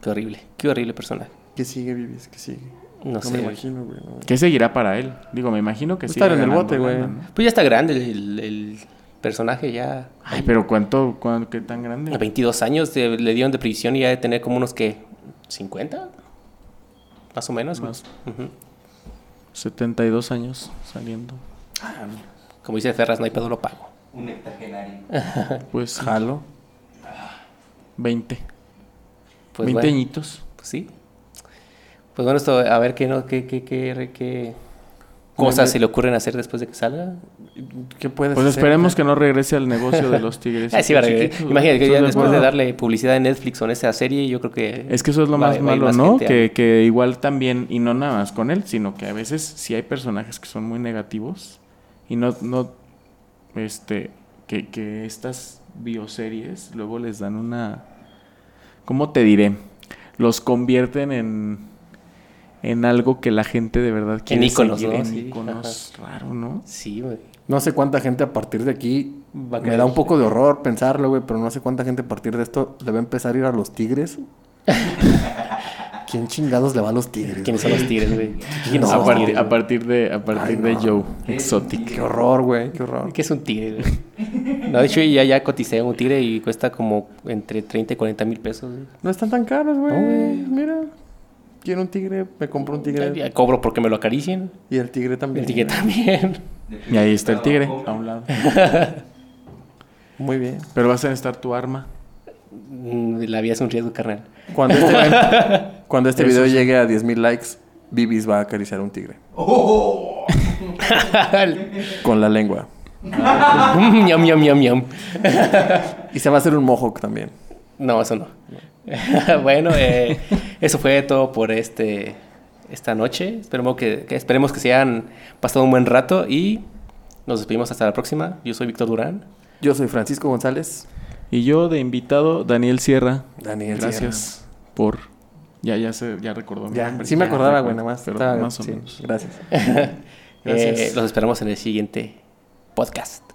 S1: Qué horrible. Qué horrible personaje.
S2: ¿Qué sigue, Vives? ¿Qué sigue?
S1: No,
S2: No,
S1: sé.
S2: me
S1: güey.
S2: imagino, güey. no.
S3: ¿Qué seguirá para él? Digo, me imagino que sí.
S2: Estar en el bote, güey.
S1: Pues ya está grande el, el personaje, ya.
S3: Ay, pero cuánto, cuán- qué tan
S1: A
S3: grande.
S1: 22 años de- le dieron de prisión y ya de tener como unos que 50 más o menos
S3: Más.
S1: Ujú.
S3: 72 años saliendo.
S1: como dice Ferras no hay pedo lo pago
S4: Un hectagenario.
S3: Pues sí,
S2: Jalo.
S3: 20.
S1: pues
S3: 20
S1: bueno,
S3: añitos.
S1: pues sí pues bueno esto a ver qué no qué qué qué, qué cosas
S2: Me-
S1: se le ocurren hacer después de que salga
S2: ¿Qué puedes
S3: Pues
S2: hacer?
S3: esperemos que no regrese al negocio de los tigres.
S1: Ah, sí, va a regresar.
S3: Chiquitos,
S1: imagínate que
S3: ¿estás
S1: ya
S3: de
S1: después de
S3: acuerdo?
S1: darle publicidad en Netflix o en esa serie yo creo que
S3: Es que eso es lo
S1: va-
S3: más
S1: va a ir
S3: malo, ¿no?
S1: gente a-
S3: Que, que igual también, y no nada más con él, sino que a veces sí hay personajes que son muy negativos y no, no, este, que, que estas bioseries luego les dan una, ¿cómo te diré? Los convierten en, en algo que la gente de verdad quiere
S1: íconos,
S3: seguir,
S1: ¿no?
S3: En
S1: Sí,
S3: íconos, raro, ¿no?
S1: sí güey.
S2: No sé cuánta gente a partir de aquí.
S1: Va a
S2: me
S1: querer.
S2: da un poco de horror pensarlo, güey, pero no sé cuánta gente a partir de esto le va a empezar a ir a los tigres. ¿Quién chingados le va a los tigres?
S1: ¿Quiénes son los tigres, güey? ¿Quiénes
S2: No.
S1: son
S3: a,
S1: los
S3: partir,
S1: tigres,
S3: a partir de, a
S2: Ay,
S3: partir de
S2: no.
S3: Joe
S2: Qué
S3: Exotic.
S2: horror, güey, qué horror.
S1: güey? ¿Qué es un tigre, güey? No, de hecho, ya, ya coticé un tigre y cuesta como entre 30 y 40 mil pesos, güey.
S2: No están tan caros, güey.
S1: No, güey.
S2: Mira, quiero un tigre, me compro un
S1: Ya-
S2: tigre.
S1: ya Cobro porque me lo acaricien.
S2: Y el tigre también.
S1: El tigre también.
S3: Y ahí está el tigre, a un lado.
S2: Muy bien.
S3: Pero vas a necesitar tu arma.
S1: Mm, La vida es un riesgo, carnal.
S2: Cuando este, cuando este video llegue a 10.000 likes, Bibis va a acariciar a un tigre.
S4: ¡Oh!
S2: Con la lengua.
S1: Mm, Ñam, ñam, ñam, ñam.
S2: Y se va a hacer un mohawk también.
S1: No, eso no. bueno, eh, eso fue todo por este esta noche. Esperemos que, que esperemos que se hayan pasado un buen rato y nos despedimos hasta la próxima. Yo soy Víctor Durán.
S2: Yo soy Francisco González.
S3: Y yo de invitado, Daniel Sierra.
S2: Daniel.
S3: Gracias por. Ya, ya se, ya recordó. mi
S2: Ya,
S3: nombre.
S2: sí me acordaba, güey,
S3: recuerdo,
S2: nada más.
S3: Pero
S2: Estaba-
S3: más o
S2: sí,
S3: menos.
S2: Gracias.
S1: Eh,
S3: Gracias.
S1: los esperamos en el siguiente podcast.